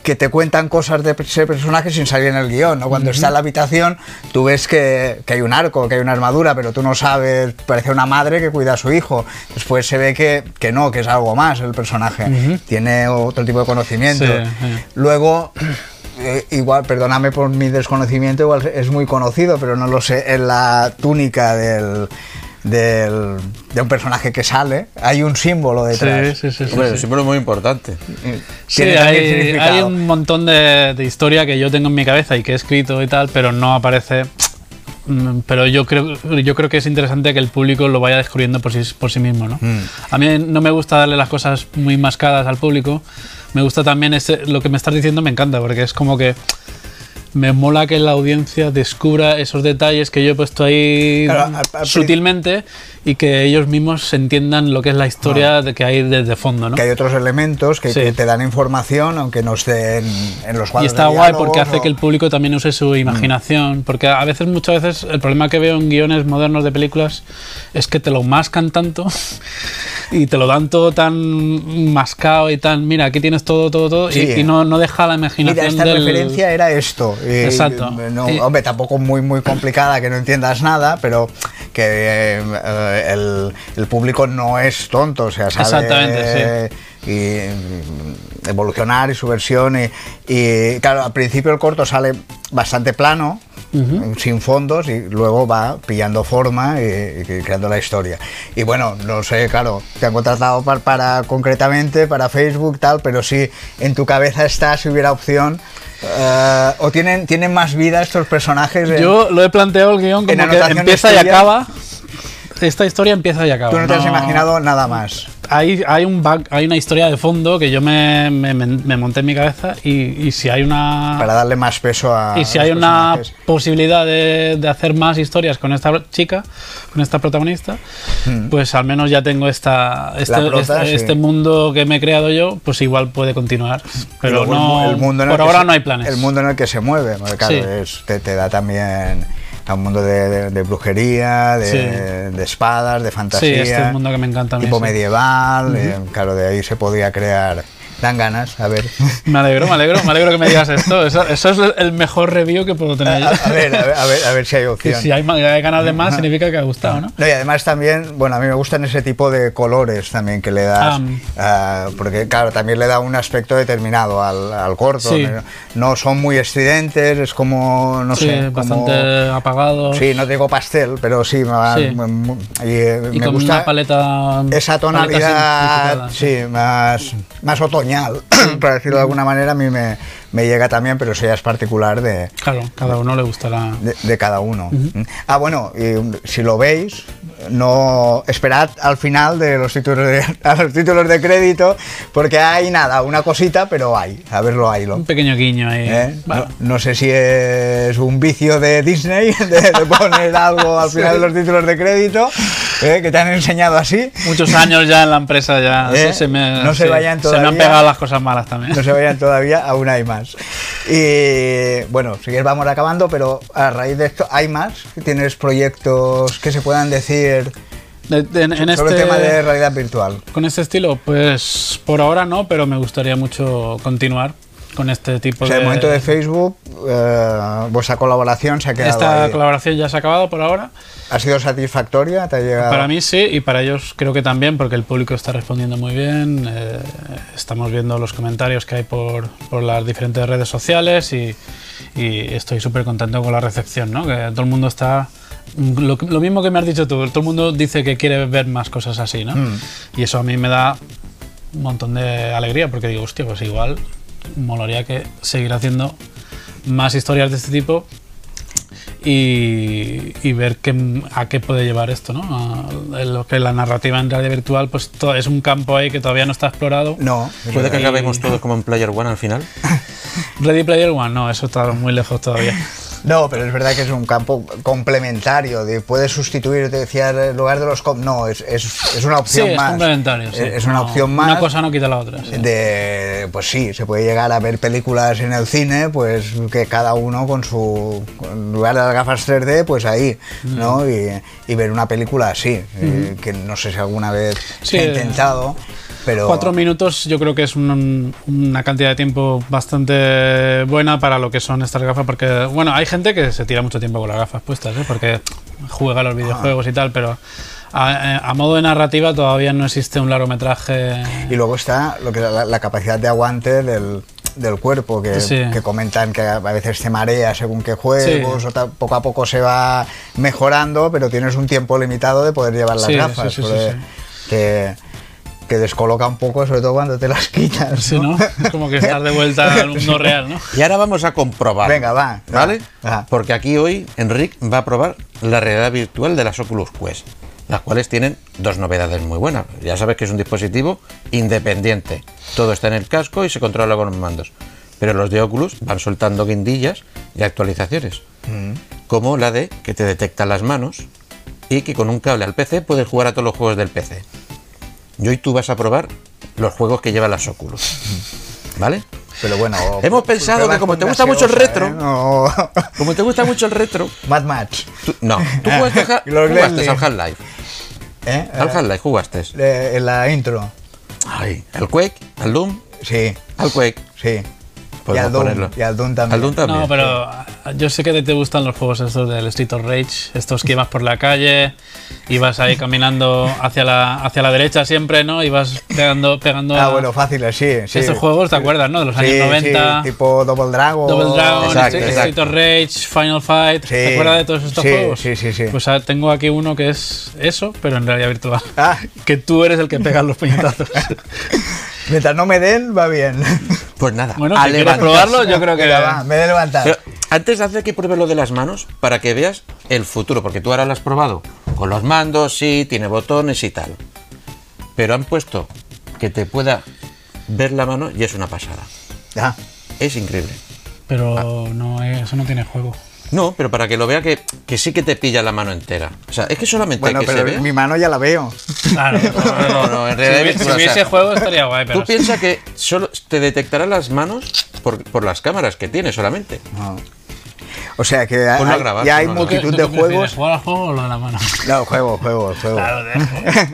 [SPEAKER 4] que te cuentan cosas de ese personaje sin salir en el guión, ¿no? Cuando está en la habitación, tú ves que, que hay un arco, que hay una armadura, pero tú no sabes, parece una madre que cuida a su hijo. Después se ve que, que no, que es algo más el personaje. Tiene otro tipo de conocimiento.
[SPEAKER 5] Sí, sí.
[SPEAKER 4] Luego, eh, igual, perdóname por mi desconocimiento, igual es muy conocido, pero no lo sé, en la túnica del, del- de un personaje que sale, hay un símbolo
[SPEAKER 5] Sí,
[SPEAKER 4] detrás. Eh,
[SPEAKER 5] sí, sí. sí,
[SPEAKER 3] Hombre,
[SPEAKER 5] sí.
[SPEAKER 3] siempre es muy importante.
[SPEAKER 5] Sí,
[SPEAKER 4] Tiene también
[SPEAKER 5] hay,
[SPEAKER 4] significado.
[SPEAKER 5] hay un montón de, de historia que yo tengo en mi cabeza y que he escrito y tal, pero no aparece. Mm, Pero yo creo, yo creo que es interesante que el público lo vaya descubriendo por sí, por sí mismo. ¿no?
[SPEAKER 4] Mm.
[SPEAKER 5] A mí no me gusta darle las cosas muy mascadas al público. Me gusta también ese- lo que me estás diciendo, me encanta, porque es como que me mola que la audiencia descubra esos detalles que yo he puesto ahí
[SPEAKER 4] Claro, a- a-
[SPEAKER 5] sutilmente y que ellos mismos entiendan lo que es la historia
[SPEAKER 4] Ah.
[SPEAKER 5] de que hay desde fondo, ¿no?
[SPEAKER 4] Que hay otros elementos que,
[SPEAKER 5] Sí.
[SPEAKER 4] que te dan información, aunque no estén en los
[SPEAKER 5] Y
[SPEAKER 4] cuadros.
[SPEAKER 5] está
[SPEAKER 4] de Mm.
[SPEAKER 5] guay
[SPEAKER 4] diálogos
[SPEAKER 5] porque hace
[SPEAKER 4] o-
[SPEAKER 5] que el público también use su imaginación, porque a veces, muchas veces, el problema que veo en guiones modernos de películas es que te lo mascan tanto y te lo dan todo tan mascado y tan, mira, aquí tienes todo, todo, todo, y-
[SPEAKER 4] Sí.
[SPEAKER 5] y, no, no deja la
[SPEAKER 4] Mira,
[SPEAKER 5] imaginación
[SPEAKER 4] esta
[SPEAKER 5] del...
[SPEAKER 4] referencia era esto. Y,
[SPEAKER 5] Exacto.
[SPEAKER 4] no,
[SPEAKER 5] Y-
[SPEAKER 4] hombre, tampoco muy, muy complicada, que no entiendas nada, pero que eh, eh, el, el público no es tonto, o sea, sabe
[SPEAKER 5] Exactamente,
[SPEAKER 4] y, mm, evolucionar y su versión. Y, y, claro, al principio el corto sale bastante plano. sin fondos y luego va pillando forma y, y creando la historia y bueno no sé claro te han contratado para, para concretamente para Facebook tal pero si en tu cabeza está si hubiera opción eh, o tienen tienen más vida estos personajes en-
[SPEAKER 5] Yo lo he planteado el guión como
[SPEAKER 4] En
[SPEAKER 5] que
[SPEAKER 4] anotaciones
[SPEAKER 5] empieza y
[SPEAKER 4] tuyas-
[SPEAKER 5] acaba. Esta historia empieza y acaba.
[SPEAKER 4] tú no te has
[SPEAKER 5] no-
[SPEAKER 4] imaginado nada más
[SPEAKER 5] hay, hay, un back- hay una historia de fondo que yo me, me- me- me monté en mi cabeza y, y si hay una
[SPEAKER 4] para darle más peso a
[SPEAKER 5] y si
[SPEAKER 4] los
[SPEAKER 5] hay una
[SPEAKER 4] personajes.
[SPEAKER 5] posibilidad de, de hacer más historias con esta chica, con esta protagonista, pues al menos ya tengo esta, este,
[SPEAKER 4] Hmm. prota,
[SPEAKER 5] este-
[SPEAKER 4] sí.
[SPEAKER 5] este mundo que me he creado yo, pues igual puede continuar. Pero
[SPEAKER 4] Y luego mu-
[SPEAKER 5] no,
[SPEAKER 4] en
[SPEAKER 5] por
[SPEAKER 4] el que
[SPEAKER 5] ahora
[SPEAKER 4] se-
[SPEAKER 5] no hay planes.
[SPEAKER 4] El mundo en el que se mueve, porque, claro,
[SPEAKER 5] Sí.
[SPEAKER 4] es- te, te da también a un mundo de, de- de brujería, de,
[SPEAKER 5] Sí.
[SPEAKER 4] de espadas, de fantasía.
[SPEAKER 5] este es un mundo que me encanta a mí,
[SPEAKER 4] Tipo
[SPEAKER 5] sí.
[SPEAKER 4] medieval, eh, claro, de ahí se podía crear. Dan ganas, a ver.
[SPEAKER 5] Me alegro, me alegro, me alegro que me digas esto. Eso, eso es el mejor review que puedo
[SPEAKER 4] A,
[SPEAKER 5] tener. yo.
[SPEAKER 4] a ver, a ver, a ver, a ver si hay
[SPEAKER 5] Que
[SPEAKER 4] opción.
[SPEAKER 5] si hay, ma- hay ganas de más, significa que ha gustado, ¿no?
[SPEAKER 4] No, y además también, bueno, a mí me gustan ese tipo de colores también que le das,
[SPEAKER 5] Am.
[SPEAKER 4] ah, porque claro, también le da un aspecto determinado al, al corto.
[SPEAKER 5] Sí.
[SPEAKER 4] No, No son muy estridentes, es como, no
[SPEAKER 5] Sí,
[SPEAKER 4] sé, como-
[SPEAKER 5] bastante apagado.
[SPEAKER 4] Sí, no digo pastel, pero sí, me, va-
[SPEAKER 5] Sí.
[SPEAKER 4] me- me- y, eh,
[SPEAKER 5] y
[SPEAKER 4] me
[SPEAKER 5] con
[SPEAKER 4] gusta
[SPEAKER 5] una paleta.
[SPEAKER 4] esa
[SPEAKER 5] paleta simplificada,
[SPEAKER 4] tonalidad, sí, más, más otoñal, para decirlo de alguna manera, a mí me, me llega también, pero eso ya es particular de,
[SPEAKER 5] Claro, cada uno le gustará.
[SPEAKER 4] de, de cada uno. Ah, bueno, y si lo veis, no esperad al final de los títulos de, a los títulos de crédito, porque hay nada, una cosita, pero hay, a verlo, haylo.
[SPEAKER 5] Un pequeño guiño ahí.
[SPEAKER 4] ¿Eh?
[SPEAKER 5] Bueno,
[SPEAKER 4] No, no sé si es un vicio de Disney de, de poner algo al final de los títulos de crédito ¿eh? que te han enseñado así.
[SPEAKER 5] Muchos años ya en la empresa ya.
[SPEAKER 4] ¿Eh?
[SPEAKER 5] sí, se me,
[SPEAKER 4] No se
[SPEAKER 5] sí,
[SPEAKER 4] vayan
[SPEAKER 5] Se me han
[SPEAKER 4] todavía.
[SPEAKER 5] pegado las cosas malas también.
[SPEAKER 4] No se vayan todavía, aún hay más. Y bueno, si quieres vamos acabando, pero a raíz de esto, ¿hay más? ¿Tienes proyectos que se puedan decir
[SPEAKER 5] De- de- en, en
[SPEAKER 4] sobre
[SPEAKER 5] este,
[SPEAKER 4] el tema de realidad virtual?
[SPEAKER 5] Con este estilo, pues por ahora no, pero me gustaría mucho continuar con este tipo
[SPEAKER 4] O sea,
[SPEAKER 5] de.
[SPEAKER 4] de momento de Facebook, eh, vuestra colaboración se ha quedado
[SPEAKER 5] Esta
[SPEAKER 4] ahí.
[SPEAKER 5] colaboración ya se ha acabado por ahora.
[SPEAKER 4] ¿Ha sido satisfactoria? ¿Te ha llegado?
[SPEAKER 5] Para mí sí, y para ellos creo que también, porque el público está respondiendo muy bien. eh, estamos viendo los comentarios que hay por, por las diferentes redes sociales y, y estoy súper contento con la recepción, ¿no? Que todo el mundo está. Lo, lo mismo que me has dicho tú, todo el mundo dice que quiere ver más cosas así, ¿no? Y eso a mí me da un montón de alegría porque digo, hostia, pues igual molaría que seguir haciendo más historias de este tipo y, y ver qué, a qué puede llevar esto, ¿no? A- en lo que la narrativa en realidad virtual, pues to- es un campo ahí que todavía no está explorado.
[SPEAKER 4] No. es
[SPEAKER 3] ¿Puede que
[SPEAKER 4] verdad.
[SPEAKER 3] acabemos todos como en Player One al final?
[SPEAKER 5] Ready Player One, no, eso está muy lejos todavía.
[SPEAKER 4] No, pero es verdad que es un campo complementario, de puedes sustituir, te decía, en lugar de los com, no, es, es, es una
[SPEAKER 5] Sí,
[SPEAKER 4] opción
[SPEAKER 5] es
[SPEAKER 4] más.
[SPEAKER 5] complementario. sí.
[SPEAKER 4] Es, es una
[SPEAKER 5] No,
[SPEAKER 4] opción más.
[SPEAKER 5] Una cosa no quita la otra. sí.
[SPEAKER 4] de pues sí, se puede llegar a ver películas en el cine, pues que cada uno con su en lugar de las gafas 3D, pues ahí,
[SPEAKER 5] Mm.
[SPEAKER 4] ¿no? Y, y ver una película así, eh, que no sé si alguna vez
[SPEAKER 5] Sí,
[SPEAKER 4] he
[SPEAKER 5] eh,
[SPEAKER 4] intentado, pero
[SPEAKER 5] Cuatro minutos yo creo que es un- una cantidad de tiempo bastante buena para lo que son estas gafas, porque, bueno, hay gente que se tira mucho tiempo con las gafas puestas, ¿eh? porque juega
[SPEAKER 4] Ah.
[SPEAKER 5] a los videojuegos y tal, pero a, a modo de narrativa todavía no existe un largometraje.
[SPEAKER 4] Y luego está lo que la, la capacidad de aguante del, del cuerpo, que,
[SPEAKER 5] Sí.
[SPEAKER 4] que comentan que a veces te marea según qué juegos,
[SPEAKER 5] Sí.
[SPEAKER 4] o tal, poco a poco se va mejorando, pero tienes un tiempo limitado de poder llevar las
[SPEAKER 5] Sí,
[SPEAKER 4] gafas,
[SPEAKER 5] sí, sí, sí,
[SPEAKER 4] porque
[SPEAKER 5] sí.
[SPEAKER 4] Te, te descoloca un poco, sobre todo cuando te las quitas.
[SPEAKER 5] Sí, ¿no? Es como que estás de vuelta al mundo real, ¿no?
[SPEAKER 3] Y ahora vamos a comprobar.
[SPEAKER 4] Venga, va, va,
[SPEAKER 3] ¿Vale?
[SPEAKER 4] va.
[SPEAKER 3] Porque aquí hoy Enric va a probar la realidad virtual de las Oculus Quest, las cuales tienen dos novedades muy buenas. Ya sabes que es un dispositivo independiente. Todo está en el casco y se controla con los mandos. Pero los de Oculus van soltando guindillas y actualizaciones,
[SPEAKER 4] Mm.
[SPEAKER 3] como la de que te detecta las manos y que con un cable al PC puedes jugar a todos los juegos del PC. Y hoy tú vas a probar los juegos que llevan las Oculus.
[SPEAKER 4] Mm.
[SPEAKER 3] ¿Vale?
[SPEAKER 4] Pero bueno.
[SPEAKER 3] Hemos
[SPEAKER 4] pr-
[SPEAKER 3] pensado
[SPEAKER 4] pruebas
[SPEAKER 3] que como
[SPEAKER 4] con
[SPEAKER 3] te gusta mucho el
[SPEAKER 4] gaseosa,
[SPEAKER 3] retro-
[SPEAKER 4] ¿eh? No.
[SPEAKER 3] Como te gusta mucho el retro,
[SPEAKER 4] Mad Match.
[SPEAKER 3] tú- no, tú
[SPEAKER 4] Ah.
[SPEAKER 3] jugaste, a-
[SPEAKER 4] Los
[SPEAKER 3] jugaste
[SPEAKER 4] Glenly.
[SPEAKER 3] al Half-Life.
[SPEAKER 4] ¿eh?
[SPEAKER 3] Al Half-Life jugaste.
[SPEAKER 4] Eh, en la intro.
[SPEAKER 3] Ay, al Quake, al Doom,
[SPEAKER 4] Sí,
[SPEAKER 3] al Quake.
[SPEAKER 4] sí. Y
[SPEAKER 3] Podemos
[SPEAKER 4] al, Doom,
[SPEAKER 3] ponerlo.
[SPEAKER 4] y al Doom también.
[SPEAKER 3] Al Doom también.
[SPEAKER 5] No, pero yo sé que te- te gustan los juegos estos del Street of Rage, estos que ibas por la calle y vas ahí caminando hacia la, hacia la derecha siempre, ¿no? Y vas pegando, pegando
[SPEAKER 4] Ah,
[SPEAKER 5] a-
[SPEAKER 4] bueno, fáciles, sí. sí.
[SPEAKER 5] Estos juegos, ¿te acuerdas, no? De los
[SPEAKER 4] Sí,
[SPEAKER 5] años
[SPEAKER 4] sí,
[SPEAKER 5] 90,
[SPEAKER 4] tipo Double Dragon.
[SPEAKER 5] Double Dragon,
[SPEAKER 3] Exacto,
[SPEAKER 5] Street,
[SPEAKER 3] exacto.
[SPEAKER 5] Street of Rage, Final Fight.
[SPEAKER 4] Sí,
[SPEAKER 5] ¿Te acuerdas de todos estos
[SPEAKER 4] sí,
[SPEAKER 5] juegos?
[SPEAKER 4] sí, sí, sí.
[SPEAKER 5] Pues ah, tengo aquí uno que es eso, pero en realidad virtual.
[SPEAKER 4] Ah.
[SPEAKER 5] Que tú eres el que pega los puñetazos.
[SPEAKER 4] Mientras no me den, va bien.
[SPEAKER 3] Pues nada,
[SPEAKER 5] bueno,
[SPEAKER 3] a
[SPEAKER 5] si quieres
[SPEAKER 3] levantarse.
[SPEAKER 5] probarlo, yo creo que
[SPEAKER 4] Mira, va, me he levantado.
[SPEAKER 3] Pero antes de hacer que pruebe lo de las manos, para que veas el futuro, porque tú ahora lo has probado con los mandos, sí, tiene botones y tal. Pero han puesto que te pueda ver la mano y es una pasada.
[SPEAKER 4] Ah,
[SPEAKER 3] Es increíble.
[SPEAKER 5] Pero no, eh, eso no tiene juego.
[SPEAKER 3] No, pero para que lo vea que, que sí que te pilla la mano entera. O sea, es que solamente
[SPEAKER 4] bueno,
[SPEAKER 3] hay que se
[SPEAKER 4] pero
[SPEAKER 3] vea.
[SPEAKER 4] mi mano ya la veo.
[SPEAKER 5] Claro.
[SPEAKER 3] No, no, no, en realidad virtual,
[SPEAKER 5] si, hubi- si
[SPEAKER 3] o sea,
[SPEAKER 5] hubiese juego estaría guay, pero
[SPEAKER 3] Tú piensas que solo te detectará las manos por, por las cámaras que tiene solamente.
[SPEAKER 4] O sea que hay-
[SPEAKER 3] Ah. Ponlo a grabar,
[SPEAKER 4] ya hay
[SPEAKER 3] ponlo a
[SPEAKER 5] ¿Tú-
[SPEAKER 3] grabar.
[SPEAKER 4] multitud
[SPEAKER 5] tú
[SPEAKER 4] de
[SPEAKER 5] qué prefieres,
[SPEAKER 4] juegos.
[SPEAKER 5] ¿Jugar al juego o lo de la mano?
[SPEAKER 4] No, juego, juego, juego.
[SPEAKER 3] Pues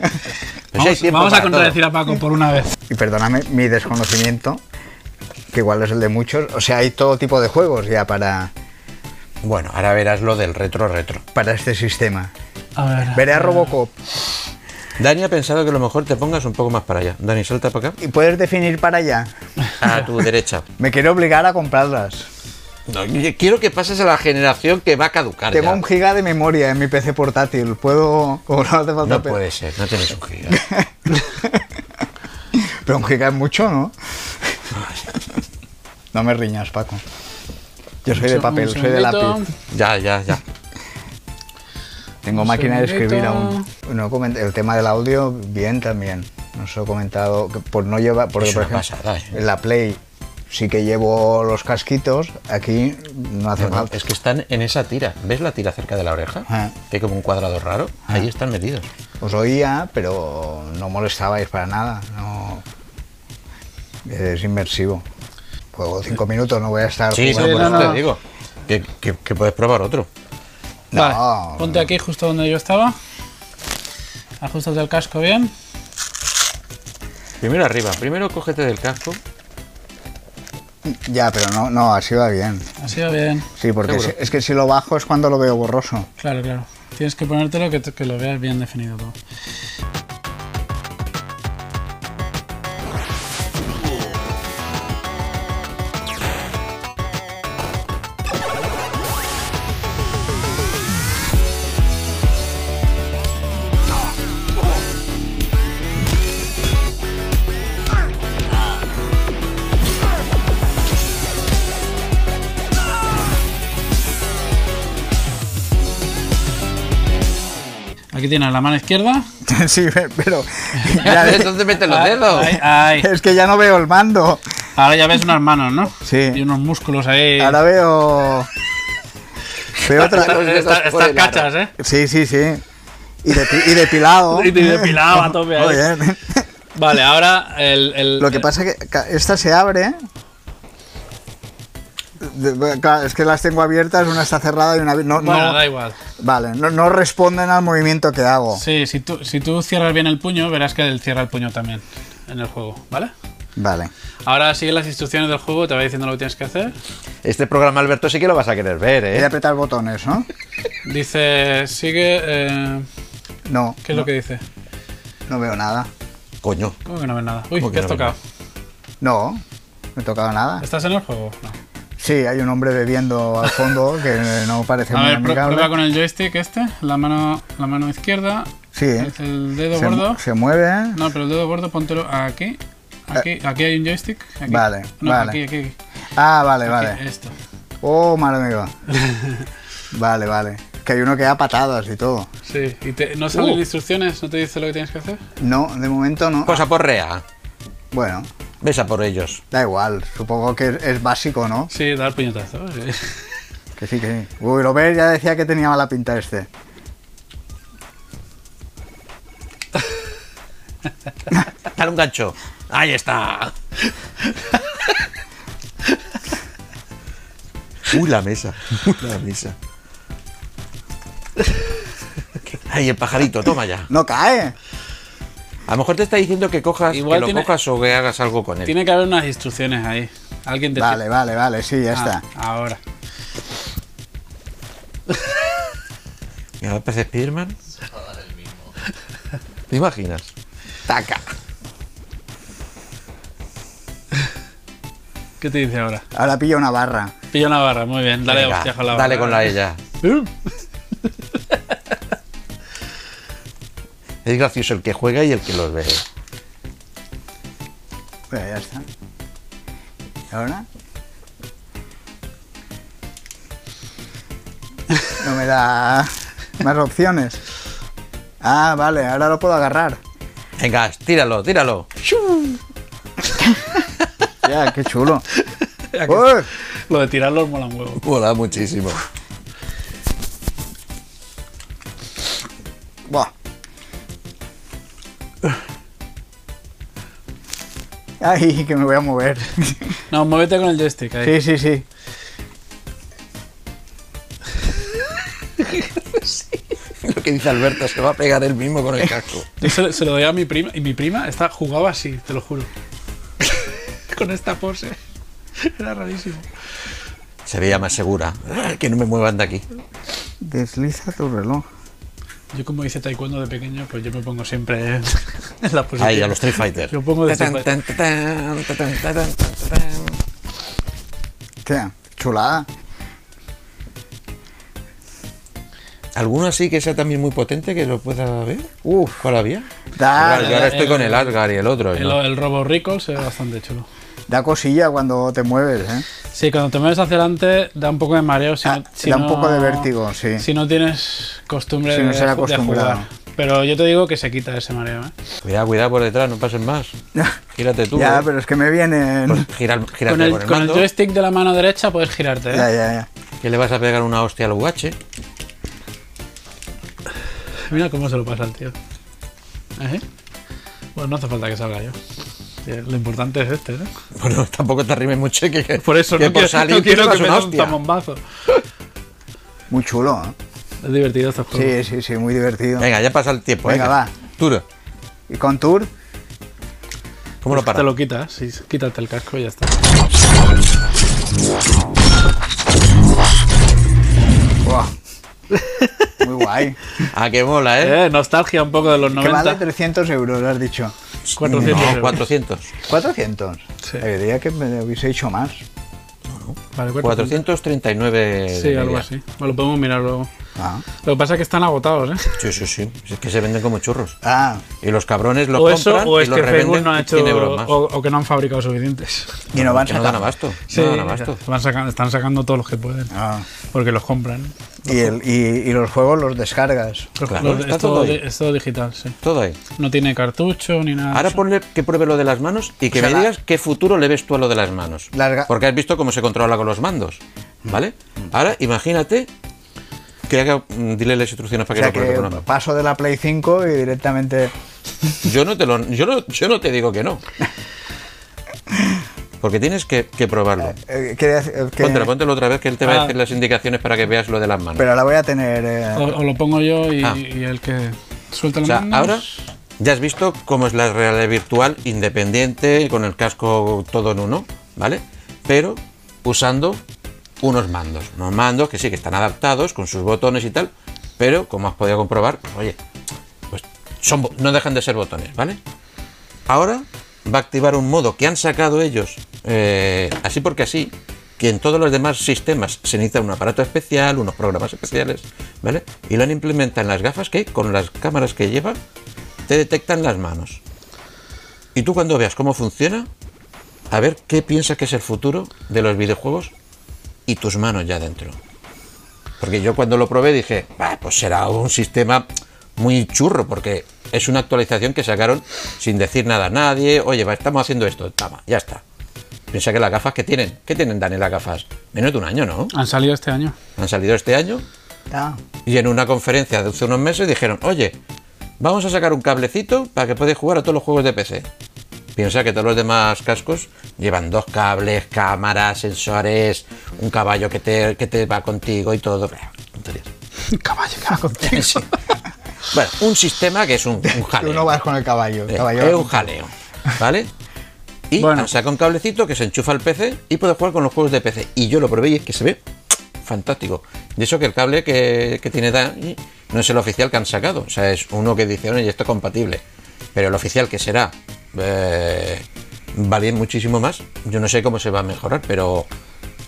[SPEAKER 3] hay
[SPEAKER 5] Vamos,
[SPEAKER 3] tiempo
[SPEAKER 5] vamos a
[SPEAKER 3] para todo.
[SPEAKER 5] contradecir a Paco por una vez.
[SPEAKER 4] Y perdóname mi desconocimiento, que igual es el de muchos. O sea, hay todo tipo de juegos ya para,
[SPEAKER 3] Bueno, ahora verás lo del retro retro.
[SPEAKER 4] para este sistema.
[SPEAKER 5] A ver.
[SPEAKER 4] Veré a
[SPEAKER 3] Ah.
[SPEAKER 4] Robocop.
[SPEAKER 3] Dani ha pensado que a lo mejor te pongas un poco más para allá. Dani, salta para acá.
[SPEAKER 4] ¿Y puedes definir para allá?
[SPEAKER 5] Ah.
[SPEAKER 3] A tu derecha.
[SPEAKER 4] Me quiero obligar a comprarlas.
[SPEAKER 3] No, yo quiero que pases a la generación que va a caducar.
[SPEAKER 4] Tengo
[SPEAKER 3] Ah, ya.
[SPEAKER 4] un giga de memoria en mi PC portátil. ¿Puedo...? o no hace falta
[SPEAKER 3] No
[SPEAKER 4] pe-
[SPEAKER 3] puede ser, no tienes un giga.
[SPEAKER 4] Pero un giga es mucho, ¿no? No me riñas, Paco. Yo soy de
[SPEAKER 5] Un
[SPEAKER 4] papel, soy de
[SPEAKER 5] segundito.
[SPEAKER 4] lápiz.
[SPEAKER 3] Ya, ya, ya.
[SPEAKER 4] Tengo
[SPEAKER 5] Un
[SPEAKER 4] máquina de escribir aún.
[SPEAKER 5] segundito.
[SPEAKER 4] No he coment- el tema del audio, bien también. Nos he comentado que por no llevar. Porque,
[SPEAKER 3] Es
[SPEAKER 4] por
[SPEAKER 3] una
[SPEAKER 4] ejemplo,
[SPEAKER 3] pasada, ¿eh?
[SPEAKER 4] en la Play sí que llevo los casquitos, aquí no hace
[SPEAKER 3] No, no,
[SPEAKER 4] falta.
[SPEAKER 3] es que están en esa tira. ¿Ves la tira cerca de la oreja?
[SPEAKER 4] Ah.
[SPEAKER 3] Que hay como un cuadrado raro. Ahí están metidos.
[SPEAKER 4] Os oía, pero no molestabais para nada. No... Es inmersivo. Juego cinco minutos, no voy a estar.
[SPEAKER 3] Sí, no,
[SPEAKER 4] jugando.
[SPEAKER 3] por
[SPEAKER 5] no,
[SPEAKER 3] eso
[SPEAKER 5] no.
[SPEAKER 3] te digo. Que, que- que puedes probar otro.
[SPEAKER 4] No.
[SPEAKER 5] Vale, ponte aquí justo donde yo estaba. Ajustate el casco bien.
[SPEAKER 3] Primero arriba. Primero cógete del casco.
[SPEAKER 4] Ya, pero no, no, así va bien.
[SPEAKER 5] Así va bien.
[SPEAKER 4] Sí, porque
[SPEAKER 3] Seguro.
[SPEAKER 4] si- es que si lo bajo es cuando lo veo borroso.
[SPEAKER 5] Claro, claro. Tienes que ponértelo que, te- que lo veas bien definido todo. Aquí tienes la mano izquierda.
[SPEAKER 4] sí, pero. ya-
[SPEAKER 3] Entonces mete los dedos.
[SPEAKER 5] Ahí, ahí.
[SPEAKER 4] es que ya no veo el mando.
[SPEAKER 5] Ahora ya ves unas manos, ¿no?
[SPEAKER 4] Sí.
[SPEAKER 5] Y unos músculos ahí.
[SPEAKER 4] Ahora veo. Veo otra.
[SPEAKER 5] Estas- estas-
[SPEAKER 3] por el
[SPEAKER 5] estas
[SPEAKER 3] aro.
[SPEAKER 5] cachas, ¿eh?
[SPEAKER 4] Sí, sí, sí. Y, depi- y depilado.
[SPEAKER 5] Y depilado a tope ahí.
[SPEAKER 4] Muy bien.
[SPEAKER 5] Vale, ahora el. el-
[SPEAKER 4] Lo que pasa es que ca- esta se abre. De- claro, Es que las tengo abiertas, una está cerrada y una. abi- No,
[SPEAKER 5] Bueno,
[SPEAKER 4] no-
[SPEAKER 5] da igual.
[SPEAKER 4] vale, no, no responden al movimiento que hago.
[SPEAKER 5] Sí, si tú, si tú cierras bien el puño, verás que él cierra el puño también en el juego, ¿vale?
[SPEAKER 4] Vale.
[SPEAKER 5] Ahora sigue las instrucciones del juego, te va diciendo lo que tienes que hacer.
[SPEAKER 3] Este programa, Alberto, sí que lo vas a querer ver,
[SPEAKER 4] Voy
[SPEAKER 3] ¿eh?
[SPEAKER 4] a apretar botones, ¿no?
[SPEAKER 5] Dice, sigue. eh,
[SPEAKER 4] No,
[SPEAKER 5] ¿Qué es lo que dice?
[SPEAKER 4] no veo nada.
[SPEAKER 3] Coño.
[SPEAKER 5] ¿Cómo que no ves nada? Uy,
[SPEAKER 3] ¿Cómo que
[SPEAKER 5] ¿qué has
[SPEAKER 3] no ves
[SPEAKER 5] tocado?
[SPEAKER 4] No, no he tocado nada.
[SPEAKER 5] ¿Estás en el juego? No.
[SPEAKER 4] Sí, hay un hombre bebiendo al fondo que no parece
[SPEAKER 5] A
[SPEAKER 4] muy
[SPEAKER 5] ver, pr-
[SPEAKER 4] amigable.
[SPEAKER 5] prueba con el joystick este, la mano, la mano izquierda,
[SPEAKER 4] Sí,
[SPEAKER 5] es el este dedo
[SPEAKER 4] se,
[SPEAKER 5] gordo.
[SPEAKER 4] se mueve.
[SPEAKER 5] No, pero el dedo gordo, póntelo aquí. Aquí, aquí hay un joystick. aquí.
[SPEAKER 4] Eh. vale,
[SPEAKER 5] No,
[SPEAKER 4] vale.
[SPEAKER 5] Aquí, aquí, aquí.
[SPEAKER 4] Ah, vale,
[SPEAKER 5] Aquí,
[SPEAKER 4] vale.
[SPEAKER 5] Esto.
[SPEAKER 4] Oh, madre mía. Vale, vale. Que hay uno que da patadas y todo.
[SPEAKER 5] Sí. ¿Y te- no
[SPEAKER 4] Uh.
[SPEAKER 5] salen instrucciones? ¿No te dice lo que tienes que hacer?
[SPEAKER 3] Pues
[SPEAKER 4] No, de momento no.
[SPEAKER 3] Cosa porrea.
[SPEAKER 4] Bueno,
[SPEAKER 3] Ves a por ellos.
[SPEAKER 4] Da igual, supongo que es, es básico, ¿no?
[SPEAKER 5] Sí, dar puñetazo. sí.
[SPEAKER 4] Que sí, que sí. Uy, Robert ya decía que tenía mala pinta este.
[SPEAKER 3] Dale un gancho. Ahí está. Uy, la mesa. Uy, la mesa. Ahí el pajarito, toma ya.
[SPEAKER 4] No cae.
[SPEAKER 3] A lo mejor te está diciendo que cojas,
[SPEAKER 5] Igual
[SPEAKER 3] que lo
[SPEAKER 5] tiene-
[SPEAKER 3] cojas o que hagas algo con él.
[SPEAKER 5] Tiene que haber unas instrucciones ahí. Alguien te
[SPEAKER 4] Vale, vale, vale, sí, ya
[SPEAKER 5] Ah,
[SPEAKER 4] está.
[SPEAKER 5] Ahora.
[SPEAKER 3] Y ahora parece Spiderman. ¿Te imaginas?
[SPEAKER 4] Taca.
[SPEAKER 5] ¿Qué te dice ahora?
[SPEAKER 4] Ahora pilla una barra.
[SPEAKER 5] Pilla una barra, muy bien. Dale
[SPEAKER 3] Venga,
[SPEAKER 5] hostias con la barra.
[SPEAKER 3] Dale con la E ella.
[SPEAKER 5] Uh,
[SPEAKER 3] Es gracioso el que juega y el que los ve.
[SPEAKER 4] Bueno, Pues ya está. ¿Y ahora? No me da más opciones. Ah, vale, ahora lo puedo agarrar.
[SPEAKER 3] Venga, tíralo, tíralo.
[SPEAKER 4] Ya, qué chulo.
[SPEAKER 5] ¿a que
[SPEAKER 4] Uy,
[SPEAKER 5] Lo de tirarlos mola un huevo.
[SPEAKER 3] Mola muchísimo.
[SPEAKER 4] buah. Ay, que me voy a mover.
[SPEAKER 5] No, muévete con el joystick ahí.
[SPEAKER 4] Sí, sí, sí.
[SPEAKER 3] Lo que dice Alberto, se va a pegar él mismo con el casco.
[SPEAKER 5] Yo se, se lo doy a mi prima y mi prima está, jugaba así, te lo juro. con esta pose. Era rarísimo.
[SPEAKER 3] Se veía más segura. Que no me muevan de aquí.
[SPEAKER 5] Pues
[SPEAKER 4] Desliza tu reloj.
[SPEAKER 5] Yo como hice taekwondo de pequeño, pues yo me pongo siempre en en la posición.
[SPEAKER 3] Ahí, a los Street Fighter.
[SPEAKER 5] Yo pongo de siempre-
[SPEAKER 4] Hostia, chulada.
[SPEAKER 3] ¿Alguno así que sea también muy potente que lo pueda ver?
[SPEAKER 4] Uf.
[SPEAKER 3] ¿Cuál había?
[SPEAKER 4] Da,
[SPEAKER 3] Claro, yo ahora estoy con Ah, el Asgard y el otro.
[SPEAKER 5] el,
[SPEAKER 3] Pues ¿no?
[SPEAKER 5] el Robo Recall se ve bastante chulo.
[SPEAKER 4] da cosilla cuando te mueves, ¿eh?
[SPEAKER 5] Sí, cuando te mueves hacia adelante da un poco de mareo. Si
[SPEAKER 4] Ah,
[SPEAKER 5] no- si
[SPEAKER 4] da un
[SPEAKER 5] no-
[SPEAKER 4] poco de vértigo, sí.
[SPEAKER 5] Si no tienes costumbre
[SPEAKER 4] Si no
[SPEAKER 5] de,
[SPEAKER 4] se ha
[SPEAKER 5] de
[SPEAKER 4] acostumbrado.
[SPEAKER 5] jugar. Pero yo te digo que se quita ese mareo. ¿eh?
[SPEAKER 3] Cuidado, cuidado por detrás, no pasen más. Gírate tú.
[SPEAKER 4] ya,
[SPEAKER 3] eh.
[SPEAKER 4] pero es que me vienen.
[SPEAKER 3] Pues gira- gírate
[SPEAKER 5] Con el,
[SPEAKER 3] con el
[SPEAKER 5] con el
[SPEAKER 3] mando,
[SPEAKER 5] joystick de la mano derecha puedes girarte. ¿eh?
[SPEAKER 4] Ya, ya, ya.
[SPEAKER 3] que le vas a pegar una hostia al UH.
[SPEAKER 5] Mira cómo se lo pasa el tío. Ajá. Bueno, no hace falta que salga yo. Eh, Lo importante es este, ¿no?
[SPEAKER 3] Bueno, tampoco te arrimes mucho que, que
[SPEAKER 5] Por eso
[SPEAKER 3] que
[SPEAKER 5] no, quiero,
[SPEAKER 3] salir
[SPEAKER 5] no quiero
[SPEAKER 3] pierdas
[SPEAKER 5] que me
[SPEAKER 3] una
[SPEAKER 5] des un
[SPEAKER 3] hostia.
[SPEAKER 5] tamombazo.
[SPEAKER 4] Muy chulo, ¿eh?
[SPEAKER 5] Es divertido este juego.
[SPEAKER 4] Sí, sí, sí, muy divertido.
[SPEAKER 3] Venga, ya pasa el tiempo.
[SPEAKER 4] Venga, va.
[SPEAKER 3] Dura.
[SPEAKER 4] ¿Y con Tour?
[SPEAKER 3] ¿Cómo lo
[SPEAKER 5] Pues Te
[SPEAKER 3] paras?
[SPEAKER 5] lo quitas, sí, quítate el casco y ya está.
[SPEAKER 4] Buah. Muy guay.
[SPEAKER 3] Ah, que mola, ¿eh?
[SPEAKER 5] Eh, nostalgia un poco de los
[SPEAKER 4] Que
[SPEAKER 5] 90.
[SPEAKER 4] vale 300 euros, has dicho.
[SPEAKER 5] 400
[SPEAKER 3] No,
[SPEAKER 5] euros.
[SPEAKER 3] 400.
[SPEAKER 4] 400.
[SPEAKER 5] Sí.
[SPEAKER 4] Eh, diría que me hubiese hecho más.
[SPEAKER 5] Vale, 400.
[SPEAKER 3] 439. de
[SPEAKER 5] Sí, algo
[SPEAKER 3] media.
[SPEAKER 5] así. Bueno, lo podemos mirar luego.
[SPEAKER 4] Ah,
[SPEAKER 5] Lo que pasa es que están agotados, ¿eh?
[SPEAKER 3] Sí, sí, sí. Es que se venden como churros.
[SPEAKER 4] Ah,
[SPEAKER 3] Y los cabrones lo
[SPEAKER 5] o eso,
[SPEAKER 3] compran
[SPEAKER 5] o
[SPEAKER 3] y
[SPEAKER 5] es
[SPEAKER 3] los
[SPEAKER 5] que Facebook
[SPEAKER 3] revenden
[SPEAKER 5] no ha
[SPEAKER 3] 100 euros
[SPEAKER 5] hecho.
[SPEAKER 3] más.
[SPEAKER 5] O, o que no han fabricado suficientes.
[SPEAKER 4] y no van
[SPEAKER 3] Que no dan
[SPEAKER 4] sacando.
[SPEAKER 3] abasto. no dan abasto.
[SPEAKER 5] van sacando, están sacando todos los que pueden.
[SPEAKER 4] Ah.
[SPEAKER 5] Porque los compran.
[SPEAKER 4] Y, el, y, y los juegos los descargas.
[SPEAKER 5] Los-
[SPEAKER 3] Claro,
[SPEAKER 5] los-
[SPEAKER 3] está
[SPEAKER 5] es,
[SPEAKER 3] todo
[SPEAKER 5] todo,
[SPEAKER 3] ahí.
[SPEAKER 5] di- es todo digital, sí.
[SPEAKER 3] Todo ahí.
[SPEAKER 5] No tiene cartucho ni nada. de
[SPEAKER 3] Ahora
[SPEAKER 5] eso.
[SPEAKER 3] ponle que pruebe lo de las manos y que
[SPEAKER 5] Pues
[SPEAKER 4] O sea,
[SPEAKER 3] me
[SPEAKER 4] la-
[SPEAKER 3] digas qué futuro le ves tú a lo de las manos.
[SPEAKER 4] Las ga-
[SPEAKER 3] Porque has visto cómo se controla con los mandos. ¿Vale? Ahora imagínate que haga. mm, Dile las instrucciones
[SPEAKER 4] O
[SPEAKER 3] para que
[SPEAKER 4] sea
[SPEAKER 3] lo pruebe
[SPEAKER 4] que
[SPEAKER 3] con las manos.
[SPEAKER 4] paso de la Play 5 y directamente.
[SPEAKER 3] Yo no te lo, yo no, yo no te digo que no. Porque tienes que, que probarlo.
[SPEAKER 4] eh, quiere decir, eh, que-
[SPEAKER 3] Póntelo, póntelo otra vez que él te va a
[SPEAKER 5] Ah.
[SPEAKER 3] decir las indicaciones para que veas lo de las manos.
[SPEAKER 4] Pero la voy a tener. eh,
[SPEAKER 5] O, o lo pongo yo y,
[SPEAKER 3] Ah.
[SPEAKER 5] y el que suelta
[SPEAKER 3] o
[SPEAKER 5] los
[SPEAKER 3] sea,
[SPEAKER 5] mandos.
[SPEAKER 3] ahora ya has visto cómo es la realidad virtual independiente, con el casco todo en uno, ¿vale? Pero usando unos mandos. Unos mandos que sí, que están adaptados con sus botones y tal, pero como has podido comprobar, pues, oye, pues son, bo- no dejan de ser botones, ¿vale? Ahora va a activar un modo que han sacado ellos, eh, así porque así, que en todos los demás sistemas se necesita un aparato especial, unos programas especiales, ¿vale? Y lo han implementado en las gafas que, con las cámaras que llevan, te detectan las manos. Y tú cuando veas cómo funciona, a ver qué piensas que es el futuro de los videojuegos y tus manos ya dentro. Porque yo cuando lo probé dije, "Bah, pues será un sistema muy churro porque es una actualización que sacaron sin decir nada a nadie. Oye, va, estamos haciendo esto, tama, ya está. Piensa que las gafas que tienen, ¿qué tienen Dani las gafas? Menos de un año, ¿no?
[SPEAKER 5] Han salido este año.
[SPEAKER 3] Han salido este año
[SPEAKER 4] Ah,
[SPEAKER 3] y en una conferencia de hace unos meses dijeron, oye, vamos a sacar un cablecito para que podáis jugar a todos los juegos de PC. Piensa que todos los demás cascos llevan dos cables, cámaras, sensores, un caballo que te, que te va contigo y todo. Tonterías.
[SPEAKER 5] Caballo, que va contigo.
[SPEAKER 3] Sí. Bueno, un sistema que es un, un
[SPEAKER 4] tú
[SPEAKER 3] jaleo.
[SPEAKER 4] no vas con el caballo. el
[SPEAKER 3] Eh,
[SPEAKER 4] caballo
[SPEAKER 3] es un jaleo, ¿vale? Y
[SPEAKER 5] Bueno.
[SPEAKER 3] saca un cablecito que se enchufa al PC y puede jugar con los juegos de PC. Y yo lo probé y es que se ve fantástico. Y eso que el cable que, que tiene Dani no es el oficial que han sacado. O sea, es uno que dice, oye, esto es compatible. Pero el oficial que será eh, vale muchísimo más. Yo no sé cómo se va a mejorar, pero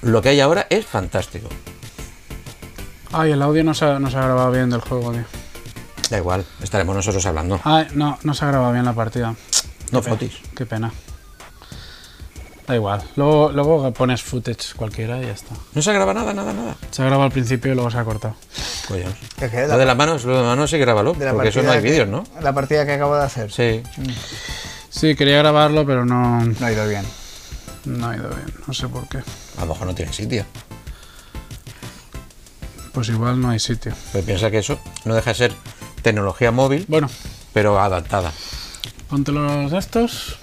[SPEAKER 3] lo que hay ahora es fantástico.
[SPEAKER 5] Ay, el audio no se, ha- no se ha grabado bien del juego, tío.
[SPEAKER 3] Da igual, estaremos nosotros hablando.
[SPEAKER 5] Ay, no, no se ha grabado bien la partida.
[SPEAKER 3] No fotis.
[SPEAKER 5] Qué pena. Da igual. Luego, luego pones footage cualquiera y ya está.
[SPEAKER 3] No se graba nada, nada, nada.
[SPEAKER 5] Se ha grabado al principio y luego se ha cortado.
[SPEAKER 3] Coños.
[SPEAKER 4] ¿Qué queda?
[SPEAKER 3] Lo de las manos, lo de las manos sí grábalo,
[SPEAKER 4] de la
[SPEAKER 3] porque eso no
[SPEAKER 4] partida
[SPEAKER 3] hay
[SPEAKER 4] que-
[SPEAKER 3] vídeos, ¿no?
[SPEAKER 4] La partida que acabo de hacer.
[SPEAKER 3] Sí.
[SPEAKER 5] Sí, quería grabarlo, pero no,
[SPEAKER 4] No ha ido bien.
[SPEAKER 5] no ha ido bien. No sé por qué.
[SPEAKER 3] A lo mejor no tiene sitio.
[SPEAKER 5] Pues igual no hay sitio.
[SPEAKER 3] Pero piensa que eso no deja de ser tecnología móvil,
[SPEAKER 5] Bueno,
[SPEAKER 3] pero adaptada.
[SPEAKER 5] ponte los estos.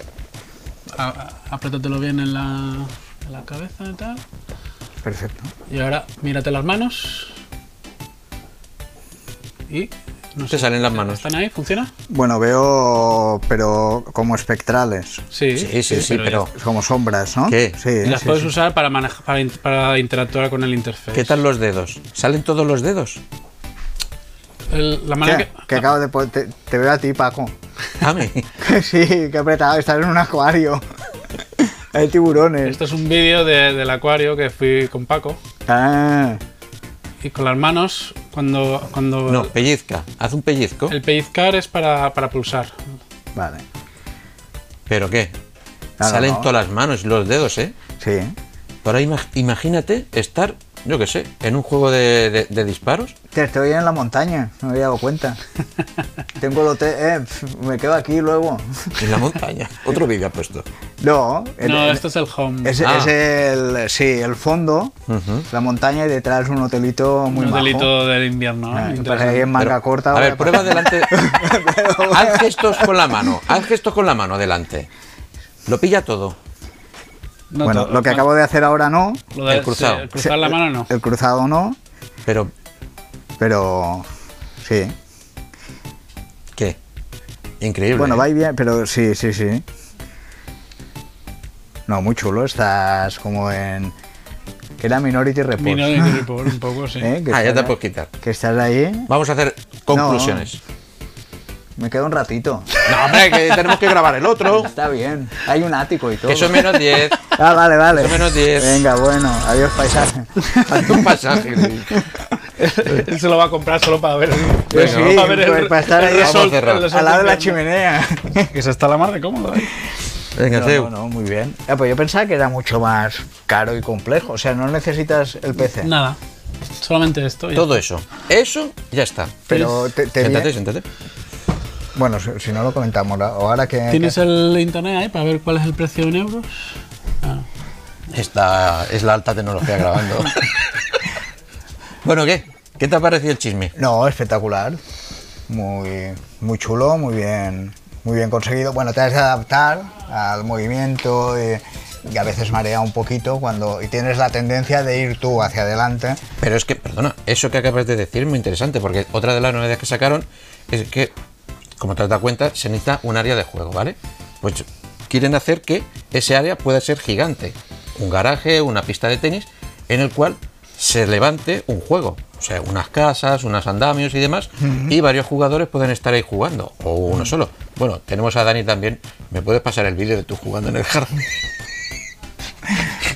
[SPEAKER 5] A- a- apriétatelo bien en la, en la cabeza y tal.
[SPEAKER 4] Perfecto.
[SPEAKER 5] Y ahora mírate las manos. Y. No
[SPEAKER 3] Te salen las manos.
[SPEAKER 5] ¿Están ahí? ¿Funciona?
[SPEAKER 4] Bueno, veo, pero como espectrales.
[SPEAKER 5] Sí,
[SPEAKER 3] Sí, sí, sí, pero.
[SPEAKER 4] Como sombras, ¿no?
[SPEAKER 3] ¿Qué?
[SPEAKER 4] Sí.
[SPEAKER 5] Las
[SPEAKER 4] sí,
[SPEAKER 5] puedes
[SPEAKER 4] sí.
[SPEAKER 5] usar para, manejar, para, in- para interactuar con el interface.
[SPEAKER 3] ¿Qué tal los dedos? ¿Salen todos los dedos?
[SPEAKER 5] El- la mano
[SPEAKER 4] ¿Qué?
[SPEAKER 5] que,
[SPEAKER 4] Que acabo de pon- te, te veo a ti, Paco.
[SPEAKER 3] A mí.
[SPEAKER 4] Pues sí, qué apretado, estás en un acuario. Hay tiburones.
[SPEAKER 5] Esto este es un vídeo de- del acuario que fui con Paco.
[SPEAKER 4] Ah,
[SPEAKER 5] Y con las manos, cuando. cuando
[SPEAKER 3] No, pellizca. Haz un pellizco.
[SPEAKER 5] El pellizcar es para, para pulsar.
[SPEAKER 4] vale.
[SPEAKER 3] ¿Pero qué?
[SPEAKER 4] Nada,
[SPEAKER 3] Salen
[SPEAKER 4] no.
[SPEAKER 3] todas las manos y los dedos, ¿eh?
[SPEAKER 4] Sí.
[SPEAKER 3] Ahora ima- imagínate estar, yo qué sé, en un juego de, de- de disparos.
[SPEAKER 4] Te estoy en la montaña, no me había dado cuenta. Tengo el hotel, eh, pf, me quedo aquí luego.
[SPEAKER 3] En la montaña. Otro vídeo ha puesto.
[SPEAKER 4] No, el-
[SPEAKER 5] no,
[SPEAKER 4] el-
[SPEAKER 5] esto es el home.
[SPEAKER 4] es,
[SPEAKER 3] Ah.
[SPEAKER 4] es el, sí, el fondo, la montaña y detrás un hotelito muy
[SPEAKER 5] un
[SPEAKER 4] majo.
[SPEAKER 5] delito del invierno. ¿eh?
[SPEAKER 4] Ah, que pasa
[SPEAKER 5] Interesante.
[SPEAKER 4] ahí en manga
[SPEAKER 3] Pero-
[SPEAKER 4] corta.
[SPEAKER 3] A
[SPEAKER 4] ahora
[SPEAKER 3] ver, prueba
[SPEAKER 4] pasa-
[SPEAKER 3] delante. Haz gestos con la mano. Haz gestos con la mano delante. Lo pilla todo.
[SPEAKER 5] No
[SPEAKER 4] bueno,
[SPEAKER 5] todo.
[SPEAKER 4] lo que acabo de hacer ahora no.
[SPEAKER 5] Lo de-
[SPEAKER 3] el cruzado.
[SPEAKER 5] sí, cruzar la mano no.
[SPEAKER 4] El cruzado no,
[SPEAKER 3] Pero,
[SPEAKER 4] pero sí.
[SPEAKER 3] ¿qué? Increíble.
[SPEAKER 4] Bueno,
[SPEAKER 3] ¿eh?
[SPEAKER 4] va y bien, pero sí, sí, sí. No, muy chulo, estás como en... Que era Minority Report.
[SPEAKER 5] Vino de Nuremberg un poco, sí.
[SPEAKER 4] ¿Eh? Que
[SPEAKER 3] Ah, ya
[SPEAKER 4] estás-
[SPEAKER 3] te puedes quitar.
[SPEAKER 4] Que estás ahí,
[SPEAKER 3] Vamos a hacer conclusiones.
[SPEAKER 4] me queda un ratito.
[SPEAKER 3] No, hombre, que tenemos que grabar el otro.
[SPEAKER 4] Está bien, hay un ático y todo.
[SPEAKER 3] Que son menos 10.
[SPEAKER 4] Ah, vale, vale.
[SPEAKER 3] eso menos 10.
[SPEAKER 4] Venga, bueno, adiós paisaje.
[SPEAKER 3] Hazte un pasaje.
[SPEAKER 5] Él se lo va a comprar solo para ver.
[SPEAKER 4] Pues
[SPEAKER 3] Venga,
[SPEAKER 4] sí,
[SPEAKER 5] para ver
[SPEAKER 4] pues,
[SPEAKER 5] el,
[SPEAKER 4] para estar
[SPEAKER 5] el
[SPEAKER 4] ahí
[SPEAKER 3] Vamos a
[SPEAKER 5] resol-
[SPEAKER 3] cerrar.
[SPEAKER 5] el resol
[SPEAKER 4] al lado de la
[SPEAKER 5] del invierno.
[SPEAKER 4] chimenea.
[SPEAKER 5] Que se está la mar de cómodo. ¿eh?
[SPEAKER 3] Venga,
[SPEAKER 4] No,
[SPEAKER 3] Ceu.
[SPEAKER 4] no, no, muy bien. Ah, pues yo pensaba que era mucho más caro y complejo. O sea, no necesitas el PC.
[SPEAKER 5] Nada. Solamente esto. ya.
[SPEAKER 3] Todo eso. Eso ya está.
[SPEAKER 4] Pero te, te vi-
[SPEAKER 3] Siéntate, siéntate.
[SPEAKER 4] Bueno, si, si no lo comentamos ahora- ahora que...
[SPEAKER 5] ¿Tienes el internet ahí para ver cuál es el precio en euros?
[SPEAKER 3] Esta es la alta tecnología grabando. bueno, ¿qué? ¿Qué te ha parecido el chisme?
[SPEAKER 4] No, espectacular. Muy, muy chulo, muy bien, muy bien conseguido. Bueno, te has de adaptar al movimiento y, y a veces marea un poquito cuando y tienes la tendencia de ir tú hacia adelante.
[SPEAKER 3] Pero es que, perdona, eso que acabas de decir es muy interesante, porque otra de las novedades que sacaron es que, como te has dado cuenta, se necesita un área de juego, ¿vale? Pues quieren hacer que ese área pueda ser gigante. Un garaje, una pista de tenis, en el cual se levante un juego. O sea, unas casas, unos andamios y demás, y varios jugadores pueden estar ahí jugando, o uno solo. Bueno, tenemos a Dani también. ¿Me puedes pasar el vídeo de tú jugando en el jardín?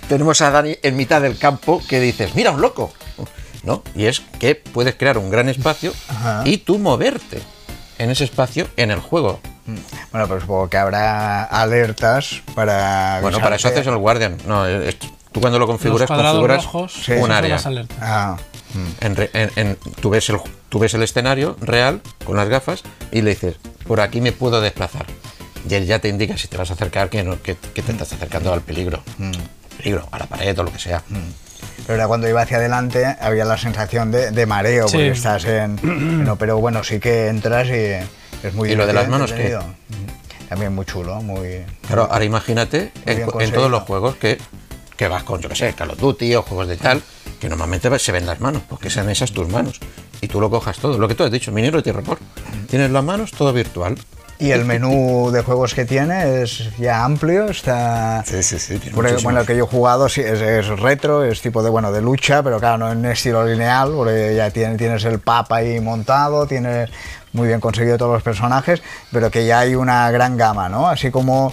[SPEAKER 3] tenemos a Dani en mitad del campo que dices, mira un loco. ¿No? Y es que puedes crear un gran espacio
[SPEAKER 4] Ajá.
[SPEAKER 3] y tú moverte en ese espacio en el juego.
[SPEAKER 4] Bueno, pero supongo que habrá alertas para...
[SPEAKER 3] Bueno, para eso haces
[SPEAKER 4] avisarte.
[SPEAKER 3] el Guardian. No, es- tú cuando lo
[SPEAKER 5] Los
[SPEAKER 3] configuras,
[SPEAKER 5] cuadrados
[SPEAKER 3] configuras
[SPEAKER 5] rojos
[SPEAKER 4] Sí.
[SPEAKER 5] son
[SPEAKER 3] un área.
[SPEAKER 5] las alertas.
[SPEAKER 4] Ah,
[SPEAKER 3] En re- en- en- tú, ves el, tú ves el escenario real con las gafas y le dices, por aquí me puedo desplazar. Y él ya te indica si te vas a acercar, que, no, que, que te estás acercando al peligro. Peligro, a la pared o lo que sea.
[SPEAKER 4] Pero era cuando iba hacia adelante había la sensación de, de mareo,
[SPEAKER 5] Sí.
[SPEAKER 4] porque estás en, no, Pero bueno, sí que entras y es muy
[SPEAKER 3] ¿Y lo de las manos, qué?
[SPEAKER 4] entretenido. También muy chulo, muy...
[SPEAKER 3] Claro, ahora imagínate
[SPEAKER 4] bien
[SPEAKER 3] en, en
[SPEAKER 4] conseguido.
[SPEAKER 3] todos los juegos que, que vas con, yo que sé, Call of Duty o juegos de tal, que normalmente se ven las manos, porque sean esas tus manos. Y tú lo cojas todo, lo que tú has dicho, minero y terrapor. Tienes las manos, todo virtual.
[SPEAKER 4] Y el menú de juegos que tiene es ya amplio, está...
[SPEAKER 3] Sí, sí, sí. tiene
[SPEAKER 4] Por el- bueno,
[SPEAKER 3] muchísimos.
[SPEAKER 4] el que yo he jugado sí, es, es retro, es tipo de, bueno, de lucha, pero claro, no en estilo lineal, porque ya tiene- tienes el pap ahí montado, tienes muy bien conseguido todos los personajes, pero que ya hay una gran gama, ¿no? Así como,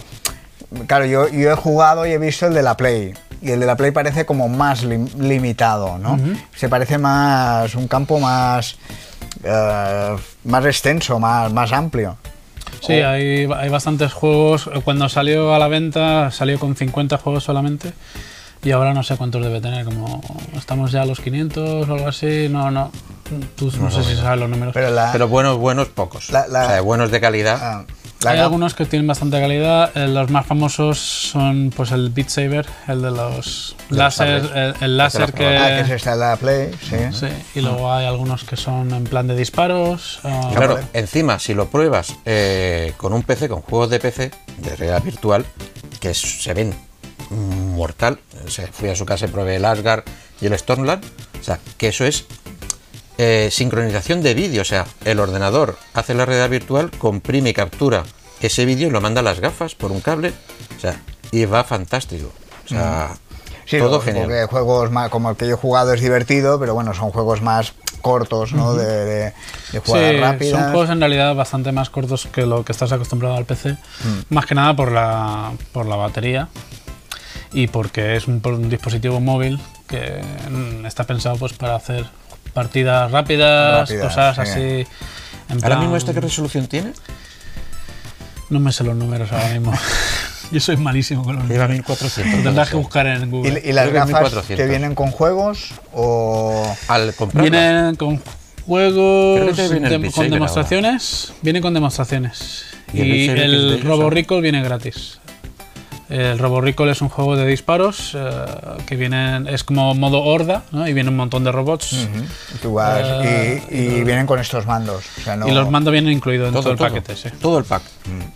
[SPEAKER 4] claro, yo, yo he jugado y he visto el de la Play, y el de la Play parece como más lim- limitado, ¿no? Se parece más, un campo más, eh, más extenso, más, más amplio.
[SPEAKER 5] Sí,
[SPEAKER 4] Oh.
[SPEAKER 5] hay, hay bastantes juegos. Cuando salió a la venta, salió con 50 juegos solamente. Y ahora no sé cuántos debe tener, como estamos ya a los 500 o algo así. No, no. Tú no, sé si sabes los números.
[SPEAKER 4] Pero la...
[SPEAKER 3] Pero buenos, buenos, pocos.
[SPEAKER 4] La- la-
[SPEAKER 3] O sea, buenos de calidad.
[SPEAKER 4] ah, la
[SPEAKER 5] Hay
[SPEAKER 4] ga-
[SPEAKER 5] algunos que tienen bastante calidad. eh, los más famosos son pues el Beat Saber, el de los
[SPEAKER 3] los
[SPEAKER 5] láser, el,
[SPEAKER 3] sables.
[SPEAKER 5] el láser
[SPEAKER 3] Este lo has
[SPEAKER 4] ah, que es Ah.
[SPEAKER 5] que...
[SPEAKER 4] esta la Play, sí.
[SPEAKER 5] Sí, y luego hay algunos que son en plan de disparos. ah,
[SPEAKER 3] Y Claro, encima, si lo pruebas eh, con un PC, con juegos de PC, de realidad virtual, que s- se ven mortal, o sea, fui a su casa y probé el Asgard y el Stormland, o sea, que eso es eh, sincronización de vídeo, o sea, el ordenador hace la realidad virtual, comprime y captura ese vídeo y lo manda a las gafas por un cable, o sea, y va fantástico, o sea,
[SPEAKER 4] Sí,
[SPEAKER 3] todo
[SPEAKER 4] luego,
[SPEAKER 3] genial.
[SPEAKER 4] porque juegos más, como el que yo he jugado es divertido, pero bueno, son juegos más cortos, ¿no? de, de, de jugadas rápidas.
[SPEAKER 5] Son juegos en realidad bastante más cortos que lo que estás acostumbrado al PC. Más que nada por la, por la batería y porque es un, por un dispositivo móvil que mm, está pensado pues para hacer partidas rápidas,
[SPEAKER 4] Rápidas,
[SPEAKER 5] cosas
[SPEAKER 4] sí.
[SPEAKER 5] así. en
[SPEAKER 3] Ahora
[SPEAKER 5] plan-
[SPEAKER 3] mismo, este ¿esta qué resolución tiene?
[SPEAKER 5] No me sé los números ahora mismo. Yo soy malísimo con los
[SPEAKER 3] Lleva
[SPEAKER 5] números.
[SPEAKER 3] 1400.
[SPEAKER 5] Tendrás que
[SPEAKER 3] no sé.
[SPEAKER 5] buscar en Google.
[SPEAKER 4] ¿Y, y las
[SPEAKER 3] Creo que es
[SPEAKER 4] gafas
[SPEAKER 3] 1400.
[SPEAKER 4] que vienen con juegos o...?
[SPEAKER 3] Al comprarla.
[SPEAKER 5] Vienen con
[SPEAKER 3] Creo
[SPEAKER 5] juegos,
[SPEAKER 3] que viene el
[SPEAKER 5] de-
[SPEAKER 3] Beat
[SPEAKER 5] con
[SPEAKER 3] Saber
[SPEAKER 5] demostraciones. Viene con demostraciones.
[SPEAKER 3] Y el Beat
[SPEAKER 5] Y
[SPEAKER 3] Saber que es de
[SPEAKER 5] el
[SPEAKER 3] ellos,
[SPEAKER 5] Robo
[SPEAKER 3] ¿sabes?
[SPEAKER 5] Recall viene gratis. El Robo Recall es un juego de disparos eh, que vienen, es como modo horda ¿no? y viene un montón de robots.
[SPEAKER 3] Mm,
[SPEAKER 4] y tú vas-
[SPEAKER 5] Eh,
[SPEAKER 4] y, y vienen con estos mandos. O sea, no-
[SPEAKER 5] Y los mando vienen incluidos en todo, el paquete. Sí.
[SPEAKER 3] Todo el pack.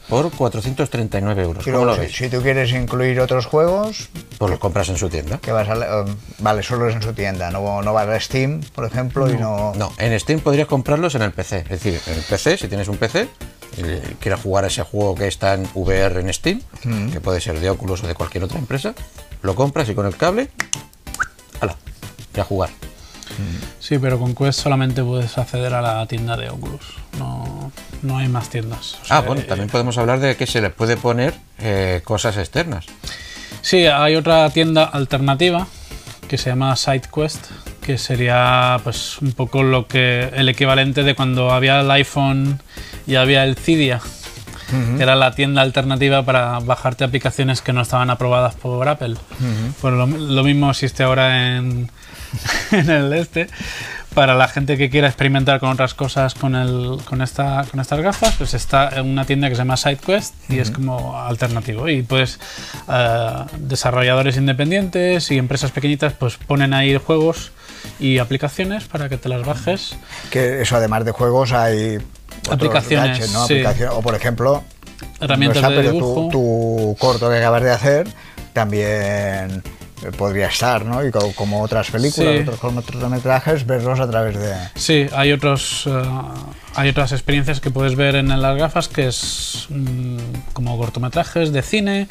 [SPEAKER 3] Por 439 euros.
[SPEAKER 4] y
[SPEAKER 3] ¿Cómo
[SPEAKER 4] luego,
[SPEAKER 3] lo
[SPEAKER 4] si-
[SPEAKER 3] veis?
[SPEAKER 4] si tú quieres incluir otros juegos,
[SPEAKER 3] Pues los compras en su tienda.
[SPEAKER 4] que vas a... la- um, vale, solo es en su tienda, no, no vas a Steam, por ejemplo, y no...
[SPEAKER 3] No, en Steam podrías comprarlos en el PC. Es decir, en el PC, si tienes un PC, eh, quieres jugar a ese juego que está en VR en Steam,
[SPEAKER 4] Mm.
[SPEAKER 3] que puede ser de Oculus o de cualquier otra empresa, lo compras y con el cable, ¡hala! Y a jugar.
[SPEAKER 5] Sí, pero con Quest solamente puedes acceder a la tienda de Oculus. No, no hay más tiendas. O sea, eh,
[SPEAKER 3] Ah, bueno, también podemos hablar de que se les puede poner eh, cosas externas.
[SPEAKER 5] Sí, hay otra tienda alternativa que se llama SideQuest, que sería pues un poco lo que el equivalente de cuando había el iPhone y había el Cydia, que era la tienda alternativa para bajarte aplicaciones que no estaban aprobadas por Apple. Pues lo, lo mismo existe ahora en, en el este. Para la gente que quiera experimentar con otras cosas con, el, con, esta, con estas gafas, pues está en una tienda que se llama SideQuest y es como alternativo. Y pues eh, desarrolladores independientes y empresas pequeñitas pues ponen ahí juegos y aplicaciones para que te las bajes.
[SPEAKER 4] Que eso, además de juegos, hay... otros
[SPEAKER 5] Aplicaciones,
[SPEAKER 4] gadgets, ¿no?
[SPEAKER 5] sí.
[SPEAKER 4] Aplicaciones, O, por ejemplo,
[SPEAKER 5] Herramientas
[SPEAKER 4] No está,
[SPEAKER 5] de
[SPEAKER 4] pero
[SPEAKER 5] dibujo.
[SPEAKER 4] Tu, tu corto que acabas de hacer también eh, podría estar, ¿no? Y co- como, otras películas,
[SPEAKER 5] Sí.
[SPEAKER 4] otros cortometrajes, verlos a través de...
[SPEAKER 5] Sí, hay otros, eh, hay otras experiencias que puedes ver en las gafas que es mm, como cortometrajes de cine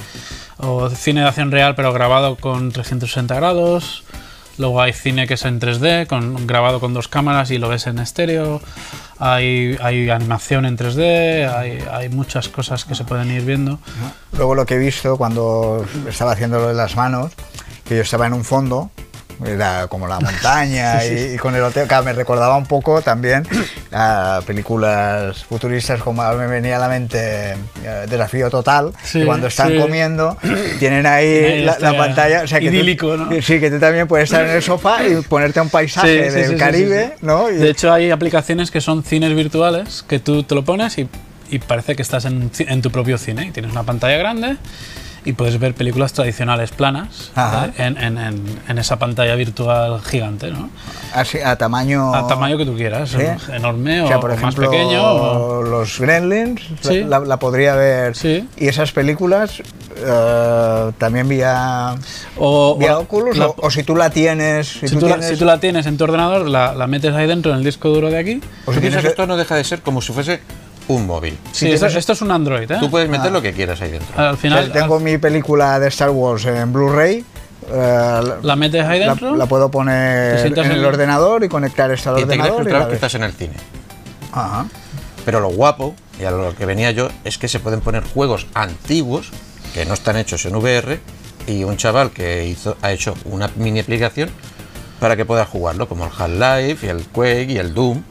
[SPEAKER 5] o cine de acción real pero grabado con 360 grados. Luego hay cine que es en 3D, con, grabado con dos cámaras y lo ves en estéreo. Hay, hay animación en 3D, hay, hay muchas cosas que se pueden ir viendo.
[SPEAKER 4] Luego lo que he visto cuando estaba haciendo lo de las manos, que yo estaba en un fondo era como la montaña y, y con el hotel, claro, me recordaba un poco también a películas futuristas como ahora me venía a la mente eh, Desafío Total,
[SPEAKER 5] Sí,
[SPEAKER 4] que cuando están
[SPEAKER 5] sí.
[SPEAKER 4] comiendo tienen ahí
[SPEAKER 5] Ahí
[SPEAKER 4] la,
[SPEAKER 5] está,
[SPEAKER 4] la pantalla, o sea que tú-
[SPEAKER 5] idílico, ¿no?
[SPEAKER 4] sí, que tú también puedes estar en el sofá y ponerte a un paisaje
[SPEAKER 5] Sí, sí,
[SPEAKER 4] del
[SPEAKER 5] sí, sí,
[SPEAKER 4] Caribe,
[SPEAKER 5] sí, sí.
[SPEAKER 4] ¿no? Y-
[SPEAKER 5] De hecho, hay aplicaciones que son cines virtuales que tú te lo pones y, y parece que estás en, un ci- en tu propio cine. Y tienes una pantalla grande y puedes ver películas tradicionales planas
[SPEAKER 4] Ajá.
[SPEAKER 5] ¿vale? en, en- en- en esa pantalla virtual gigante, ¿no?
[SPEAKER 4] así, a tamaño
[SPEAKER 5] A tamaño que tú quieras,
[SPEAKER 4] Oh. Sí.
[SPEAKER 5] enorme
[SPEAKER 4] O
[SPEAKER 5] o,
[SPEAKER 4] sea, por
[SPEAKER 5] o más
[SPEAKER 4] ejemplo,
[SPEAKER 5] pequeño. o-
[SPEAKER 4] los Gremlins la-
[SPEAKER 5] Sí.
[SPEAKER 4] la, la podría ver.
[SPEAKER 5] Sí.
[SPEAKER 4] Y esas películas eh, también vía,
[SPEAKER 5] o-
[SPEAKER 4] vía
[SPEAKER 5] o-
[SPEAKER 4] Oculus,
[SPEAKER 5] la-
[SPEAKER 4] o, o si tú la tienes. Si,
[SPEAKER 5] si,
[SPEAKER 4] tú
[SPEAKER 5] tú la,
[SPEAKER 4] tienes-
[SPEAKER 5] si tú la tienes en tu ordenador, la, la metes ahí dentro en el disco duro de aquí.
[SPEAKER 4] o si
[SPEAKER 3] Tú piensas
[SPEAKER 4] tienes-
[SPEAKER 3] que esto no deja de ser como si fuese un móvil.
[SPEAKER 5] Sí, esto, esto es un Android, ¿eh?
[SPEAKER 3] Tú puedes meter lo que quieras ahí dentro.
[SPEAKER 5] Al
[SPEAKER 4] o sea,
[SPEAKER 5] final
[SPEAKER 4] tengo mi película de Star Wars en Blu-ray. eh,
[SPEAKER 5] la metes ahí
[SPEAKER 4] la,
[SPEAKER 5] dentro.
[SPEAKER 4] la puedo poner en
[SPEAKER 5] sientas en
[SPEAKER 4] el
[SPEAKER 5] el-
[SPEAKER 4] ordenador y conectar esta al
[SPEAKER 3] Y te crees que
[SPEAKER 4] ordenador. y
[SPEAKER 3] otra
[SPEAKER 4] la
[SPEAKER 3] vez que
[SPEAKER 4] ves.
[SPEAKER 3] estás en el cine.
[SPEAKER 4] Ajá.
[SPEAKER 3] Pero lo guapo, y a lo que venía yo, es que se pueden poner juegos antiguos que no están hechos en VR y un chaval que hizo, ha hecho una mini aplicación para que puedas jugarlo, como el Half-Life y el Quake y el Doom,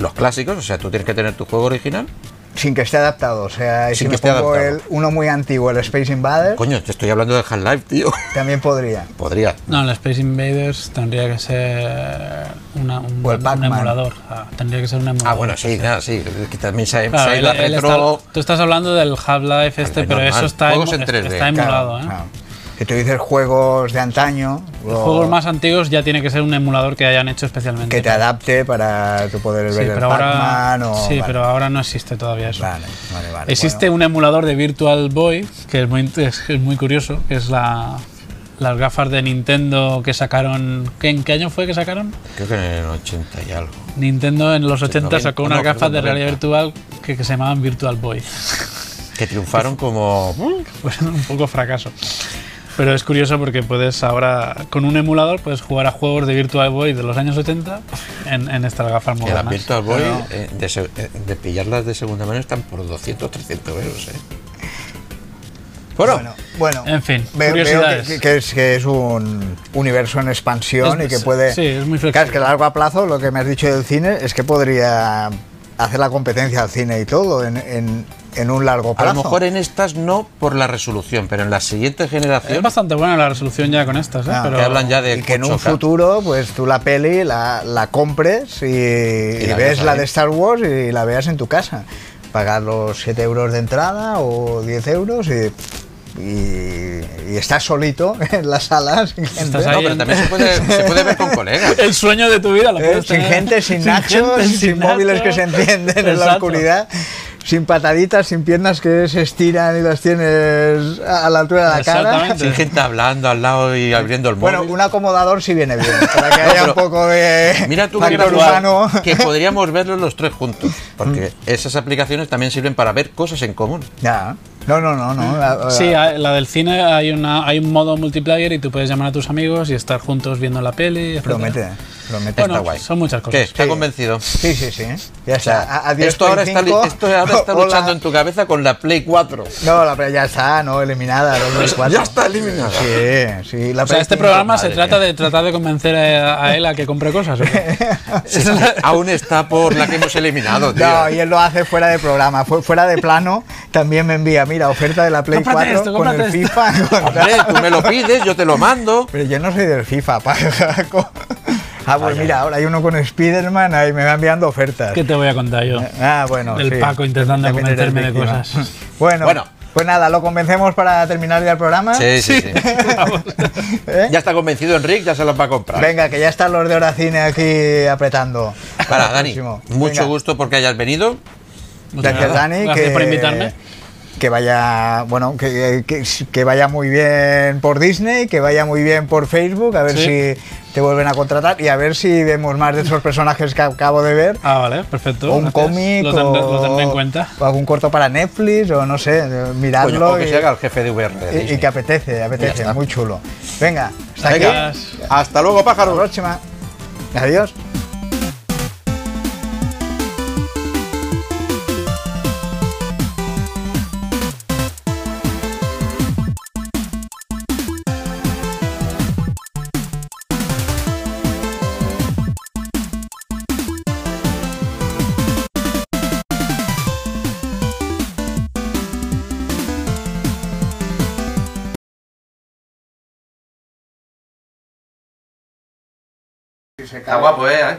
[SPEAKER 3] los clásicos, o sea, tú tienes que tener tu juego original.
[SPEAKER 4] Sin que esté adaptado. O sea, y
[SPEAKER 3] Sin
[SPEAKER 4] si
[SPEAKER 3] que
[SPEAKER 4] me
[SPEAKER 3] esté
[SPEAKER 4] pongo
[SPEAKER 3] adaptado.
[SPEAKER 4] el, uno muy antiguo, el Space Invaders,
[SPEAKER 3] Coño, te estoy hablando de Half-Life, tío.
[SPEAKER 4] también podría.
[SPEAKER 3] Podría.
[SPEAKER 5] No, el Space Invaders tendría que ser una- un,
[SPEAKER 4] O el
[SPEAKER 5] un
[SPEAKER 4] Pac-Man.
[SPEAKER 5] emulador. Ah, tendría que ser un emulador.
[SPEAKER 3] Ah, bueno, sí, nada, sí, que también se,
[SPEAKER 5] Claro,
[SPEAKER 3] se ha ido a
[SPEAKER 5] él- él
[SPEAKER 3] retro.
[SPEAKER 5] está- tú estás hablando del Half-Life este,
[SPEAKER 3] Hombre,
[SPEAKER 5] pero
[SPEAKER 3] normal.
[SPEAKER 5] eso está,
[SPEAKER 3] Juegos
[SPEAKER 5] emu-
[SPEAKER 3] en 3D,
[SPEAKER 5] está emulado. ¿eh?
[SPEAKER 4] Claro, claro. Si tú dices juegos de antaño,
[SPEAKER 5] Los
[SPEAKER 4] o
[SPEAKER 5] juegos más antiguos ya tiene que ser un emulador que hayan hecho especialmente.
[SPEAKER 4] que te adapte para tu poder
[SPEAKER 5] sí,
[SPEAKER 4] ver el
[SPEAKER 5] pero ahora,
[SPEAKER 4] Pac-Man o...
[SPEAKER 5] sí,
[SPEAKER 4] vale,
[SPEAKER 5] pero ahora no existe todavía eso.
[SPEAKER 4] Vale, vale, vale,
[SPEAKER 5] Existe un emulador de Virtual Boy que es muy, int- es, que es muy curioso, que es la, las gafas de Nintendo que sacaron. ¿qué- ¿En qué año fue que sacaron?
[SPEAKER 3] Creo que en el 80 y algo.
[SPEAKER 5] Nintendo en los 80
[SPEAKER 3] 90,
[SPEAKER 5] sacó unas
[SPEAKER 3] Pues no,
[SPEAKER 5] gafas
[SPEAKER 3] perdón,
[SPEAKER 5] de realidad
[SPEAKER 3] 90.
[SPEAKER 5] virtual que, que se llamaban Virtual Boy.
[SPEAKER 3] Que triunfaron como.
[SPEAKER 5] Fueron un poco fracaso. Pero es curioso porque puedes ahora, con un emulador, puedes jugar a juegos de Virtual Boy de los años 80 en, en estas gafas
[SPEAKER 3] Que las
[SPEAKER 5] modernas.
[SPEAKER 3] Virtual Boy, eh, de, se- eh, de pillarlas de segunda mano, están por 200, 300 euros. eh. Bueno,
[SPEAKER 4] Bueno, bueno,
[SPEAKER 5] En fin,
[SPEAKER 4] ve- veo
[SPEAKER 5] curiosidades.
[SPEAKER 4] que, que es, que es un universo en expansión
[SPEAKER 5] Es-
[SPEAKER 4] y que puede...
[SPEAKER 5] sí, es muy
[SPEAKER 4] Claro, es que
[SPEAKER 5] flexible.
[SPEAKER 4] a largo plazo lo que me has dicho del cine es que podría hacer la competencia al cine y todo en, en- en un largo
[SPEAKER 3] a
[SPEAKER 4] plazo.
[SPEAKER 3] lo mejor en estas no por la resolución, pero en la siguiente
[SPEAKER 5] Es
[SPEAKER 3] generación
[SPEAKER 5] bastante buena la resolución ya con estas, ¿eh?
[SPEAKER 4] Ah,
[SPEAKER 5] pero
[SPEAKER 3] te hablan ya de
[SPEAKER 4] y que en un
[SPEAKER 3] 8K.
[SPEAKER 4] futuro pues tú la peli la, la compres y, y
[SPEAKER 3] la
[SPEAKER 4] ves
[SPEAKER 3] veas
[SPEAKER 4] la
[SPEAKER 3] ahí.
[SPEAKER 4] de Star Wars y la veas en tu casa. Pagar los 7 euros de entrada o 10 euros y, y, y estás solito en las salas. sin gente.
[SPEAKER 5] ahí
[SPEAKER 3] No, pero
[SPEAKER 5] en-
[SPEAKER 3] también se puede, se puede ver con colegas.
[SPEAKER 5] el sueño de tu vida lo
[SPEAKER 4] Eh,
[SPEAKER 5] puedes
[SPEAKER 4] sin
[SPEAKER 5] tener.
[SPEAKER 4] gente, sin nachos,
[SPEAKER 5] gente,
[SPEAKER 4] sin, móviles que
[SPEAKER 5] nachos.
[SPEAKER 4] se encienden en la
[SPEAKER 5] Exacto.
[SPEAKER 4] oscuridad, sin pataditas, sin piernas que se estiran y las tienes a a la altura de la cara.
[SPEAKER 5] Exactamente.
[SPEAKER 3] Sin gente hablando al lado y abriendo el móvil.
[SPEAKER 4] Bueno, un acomodador sí viene bien, para que
[SPEAKER 3] No,
[SPEAKER 4] haya un
[SPEAKER 3] pero
[SPEAKER 4] poco de
[SPEAKER 3] Mira tú qué
[SPEAKER 4] factor
[SPEAKER 3] casual,
[SPEAKER 4] humano.
[SPEAKER 3] que podríamos verlos los tres juntos, porque esas aplicaciones también sirven para ver cosas en común.
[SPEAKER 4] Ya. No, no, no, Ah, no. la-
[SPEAKER 5] Sí,
[SPEAKER 4] la-
[SPEAKER 5] hay- la del cine hay una hay un modo multiplayer y tú puedes llamar a tus amigos y estar juntos viendo la peli. etcétera.
[SPEAKER 4] promete, promete.
[SPEAKER 5] Bueno,
[SPEAKER 3] Está guay.
[SPEAKER 5] son muchas
[SPEAKER 3] ¿Qué?
[SPEAKER 5] cosas.
[SPEAKER 3] ¿Está
[SPEAKER 4] Sí.
[SPEAKER 3] convencido?
[SPEAKER 4] Sí, sí, sí. Ya está. A- Adiós,
[SPEAKER 3] esto, ahora
[SPEAKER 4] Play
[SPEAKER 3] está, li-
[SPEAKER 4] 5.
[SPEAKER 3] esto ahora está
[SPEAKER 4] Hola.
[SPEAKER 3] luchando en tu cabeza con la Play 4.
[SPEAKER 4] No, la Play ya está, no, eliminada. la Play 4.
[SPEAKER 3] Ya está eliminada.
[SPEAKER 4] Sí, sí. La
[SPEAKER 5] O sea,
[SPEAKER 4] Play
[SPEAKER 5] este
[SPEAKER 4] 5.
[SPEAKER 5] programa se
[SPEAKER 3] madre
[SPEAKER 5] trata
[SPEAKER 3] mía.
[SPEAKER 5] de tratar de convencer a, a él a que compre cosas. ¿o qué?
[SPEAKER 3] Sí, sí, aún está por la que hemos eliminado, tío.
[SPEAKER 4] No, y él lo hace fuera de programa, fu- fuera de plano. También me envía, mira, oferta de la Play
[SPEAKER 5] Cómprate
[SPEAKER 4] 4
[SPEAKER 5] esto,
[SPEAKER 4] con el
[SPEAKER 5] cómprate esto.
[SPEAKER 4] FIFA. con-
[SPEAKER 3] Hombre, tú me lo pides, yo te lo mando.
[SPEAKER 4] Pero yo no soy del FIFA, paja. Ah, pues
[SPEAKER 3] Ay,
[SPEAKER 4] mira,
[SPEAKER 3] ay.
[SPEAKER 4] ahora hay uno con Spider-Man, ahí me va enviando ofertas.
[SPEAKER 5] ¿Qué te voy a contar yo?
[SPEAKER 4] Ah, bueno.
[SPEAKER 5] Del
[SPEAKER 4] sí.
[SPEAKER 5] Paco intentando
[SPEAKER 4] También eres
[SPEAKER 5] convencerme de
[SPEAKER 4] víctima.
[SPEAKER 5] cosas.
[SPEAKER 4] Bueno,
[SPEAKER 3] Bueno.
[SPEAKER 4] pues nada, lo convencemos para terminar ya el programa.
[SPEAKER 3] Sí, sí, sí.
[SPEAKER 4] ¿Eh?
[SPEAKER 3] Ya está convencido Enric, ya se los va a comprar.
[SPEAKER 4] Venga, que ya están los de Horacine aquí apretando.
[SPEAKER 3] Para,
[SPEAKER 4] el
[SPEAKER 3] Dani,
[SPEAKER 4] próximo.
[SPEAKER 3] mucho
[SPEAKER 4] Venga,
[SPEAKER 3] gusto porque hayas venido.
[SPEAKER 5] Muchas
[SPEAKER 4] Gracias, Dani.
[SPEAKER 5] Gracias
[SPEAKER 4] que,
[SPEAKER 5] por invitarme.
[SPEAKER 4] Que vaya, bueno, que, que- que vaya muy bien por Disney, que vaya muy bien por Facebook, a ver
[SPEAKER 5] Sí.
[SPEAKER 4] si te vuelven a contratar y a ver si vemos más de esos personajes que acabo de ver.
[SPEAKER 5] Ah, vale, perfecto.
[SPEAKER 4] O un
[SPEAKER 5] gracias.
[SPEAKER 4] cómic,
[SPEAKER 5] Lo tendré,
[SPEAKER 4] o,
[SPEAKER 5] lo tendré en cuenta.
[SPEAKER 4] o algún corto para Netflix, o no sé, eh, miradlo.
[SPEAKER 3] Coño, o que
[SPEAKER 4] y-
[SPEAKER 3] se haga el jefe de VR. de
[SPEAKER 4] Y- Y,
[SPEAKER 3] Disney.
[SPEAKER 4] que apetece, apetece,
[SPEAKER 3] está.
[SPEAKER 4] muy chulo. Venga, hasta
[SPEAKER 3] Venga,
[SPEAKER 4] aquí.
[SPEAKER 3] hasta luego,
[SPEAKER 4] Hasta la
[SPEAKER 3] pájaro.
[SPEAKER 4] próxima. Adiós. si se
[SPEAKER 6] Está
[SPEAKER 4] cae.
[SPEAKER 6] guapo, ¿eh?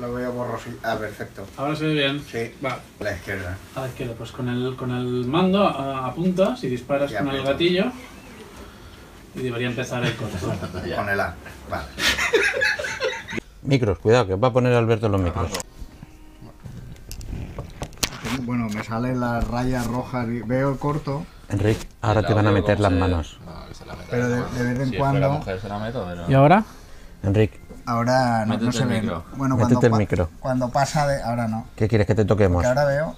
[SPEAKER 4] Lo veo borrosil. Ah, perfecto.
[SPEAKER 5] Ahora se ve bien.
[SPEAKER 4] Sí.
[SPEAKER 5] Va.
[SPEAKER 4] La izquierda.
[SPEAKER 5] A la izquierda, pues con el, con el mando a- apuntas y disparas
[SPEAKER 4] Ya,
[SPEAKER 5] con el
[SPEAKER 4] aprieto.
[SPEAKER 5] gatillo. Y debería empezar el corazón.
[SPEAKER 4] Con el A. Vale.
[SPEAKER 3] Micros, cuidado, que os va a poner Alberto los micros.
[SPEAKER 4] Bueno, me salen las rayas rojas y veo el corto,
[SPEAKER 3] Enrique, ahora te van a meter las manos.
[SPEAKER 6] No, que se la meta.
[SPEAKER 4] pero de, de vez en
[SPEAKER 6] Si fuera
[SPEAKER 4] cuando
[SPEAKER 6] mujer se la meto, pero...
[SPEAKER 5] ¿Y ahora?
[SPEAKER 3] Enrique,
[SPEAKER 4] ahora no, no
[SPEAKER 6] Métete
[SPEAKER 4] se
[SPEAKER 6] el
[SPEAKER 4] ve.
[SPEAKER 6] micro.
[SPEAKER 4] Bueno, cuando,
[SPEAKER 3] Métete el
[SPEAKER 4] pa-
[SPEAKER 3] micro.
[SPEAKER 4] cuando pasa de... Ahora no.
[SPEAKER 3] ¿qué quieres que te toquemos?
[SPEAKER 4] Que ahora veo...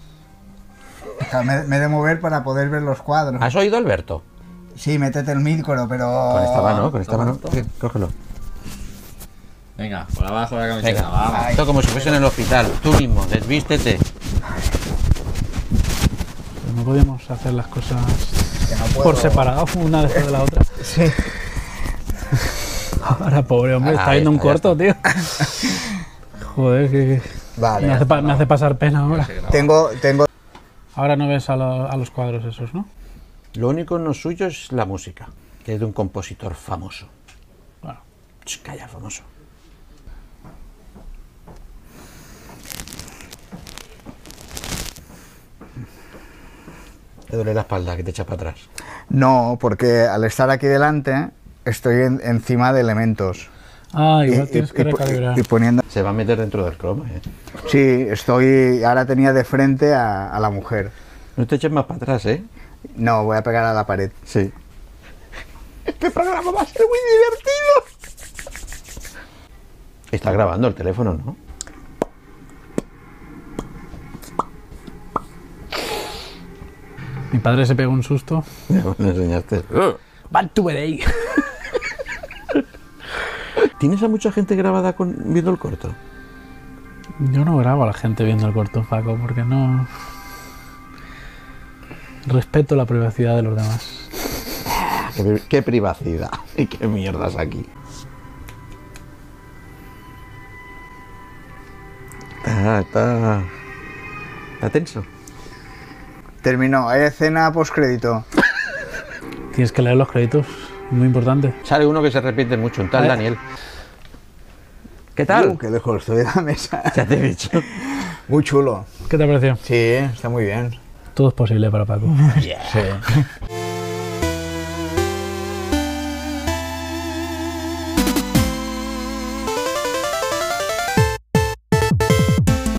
[SPEAKER 4] O sea, me, me he de mover para poder ver los cuadros.
[SPEAKER 3] ¿Has oído Alberto?
[SPEAKER 4] Sí, métete el micro, pero...
[SPEAKER 3] Ah. Con esta mano, con esta mano. Sí, Cógelo.
[SPEAKER 6] Venga, por abajo de la camiseta,
[SPEAKER 3] Venga,
[SPEAKER 6] vamos.
[SPEAKER 3] esto como si fuese en el hospital. Tú mismo, desvístete.
[SPEAKER 5] Pues No podemos hacer las cosas
[SPEAKER 4] Que no puedo.
[SPEAKER 5] por separado, una después de la otra.
[SPEAKER 4] Sí. Ah,
[SPEAKER 5] Ahora, pobre hombre, está
[SPEAKER 3] Ahí
[SPEAKER 5] viendo un
[SPEAKER 3] está, ya
[SPEAKER 5] corto, tío. Joder, que, que me,
[SPEAKER 4] Vale.
[SPEAKER 5] hace pa- me hace pasar pena ahora.
[SPEAKER 4] Tengo, tengo...
[SPEAKER 5] Ahora no ves a, lo- a los cuadros esos, ¿no?
[SPEAKER 3] Lo único no suyo es la música, que es de un compositor famoso.
[SPEAKER 5] Bueno,
[SPEAKER 3] Ch, Calla, famoso. Te duele la espalda, que te echas para atrás.
[SPEAKER 4] No, porque al estar aquí delante estoy en- encima de elementos.
[SPEAKER 5] Ah, igual
[SPEAKER 4] Y- y-
[SPEAKER 5] tienes que
[SPEAKER 4] y po-
[SPEAKER 5] recalibrar.
[SPEAKER 4] y poniendo...
[SPEAKER 3] Se va a meter dentro del croma, ¿eh?
[SPEAKER 4] Sí, estoy... Ahora tenía de frente a, a la mujer.
[SPEAKER 3] No te eches más para atrás, ¿eh?
[SPEAKER 4] No, voy a pegar a la pared.
[SPEAKER 3] Sí. Este programa va a ser muy divertido. Está grabando el teléfono, ¿no?
[SPEAKER 5] Mi padre se pegó un susto.
[SPEAKER 3] Me enseñaste.
[SPEAKER 5] ¡Van tu day!
[SPEAKER 3] ¿Tienes a mucha gente grabada con, viendo el corto?
[SPEAKER 5] Yo no grabo a la gente viendo el corto, Paco, porque no. Respeto la privacidad de los demás.
[SPEAKER 3] Qué, pri- qué privacidad y qué mierdas aquí. Está, está, está tenso.
[SPEAKER 4] Terminó. Hay escena postcrédito.
[SPEAKER 5] Tienes que leer los créditos, muy importante.
[SPEAKER 3] Sale uno que se repite mucho, un tal
[SPEAKER 5] Eh.
[SPEAKER 3] Daniel. ¿Qué tal?
[SPEAKER 4] Uh, qué lejos estoy de la mesa.
[SPEAKER 3] Ya te he dicho.
[SPEAKER 4] Muy chulo.
[SPEAKER 5] ¿Qué te pareció?
[SPEAKER 4] Sí, está muy bien.
[SPEAKER 5] Todo es posible para Paco.
[SPEAKER 4] Sí.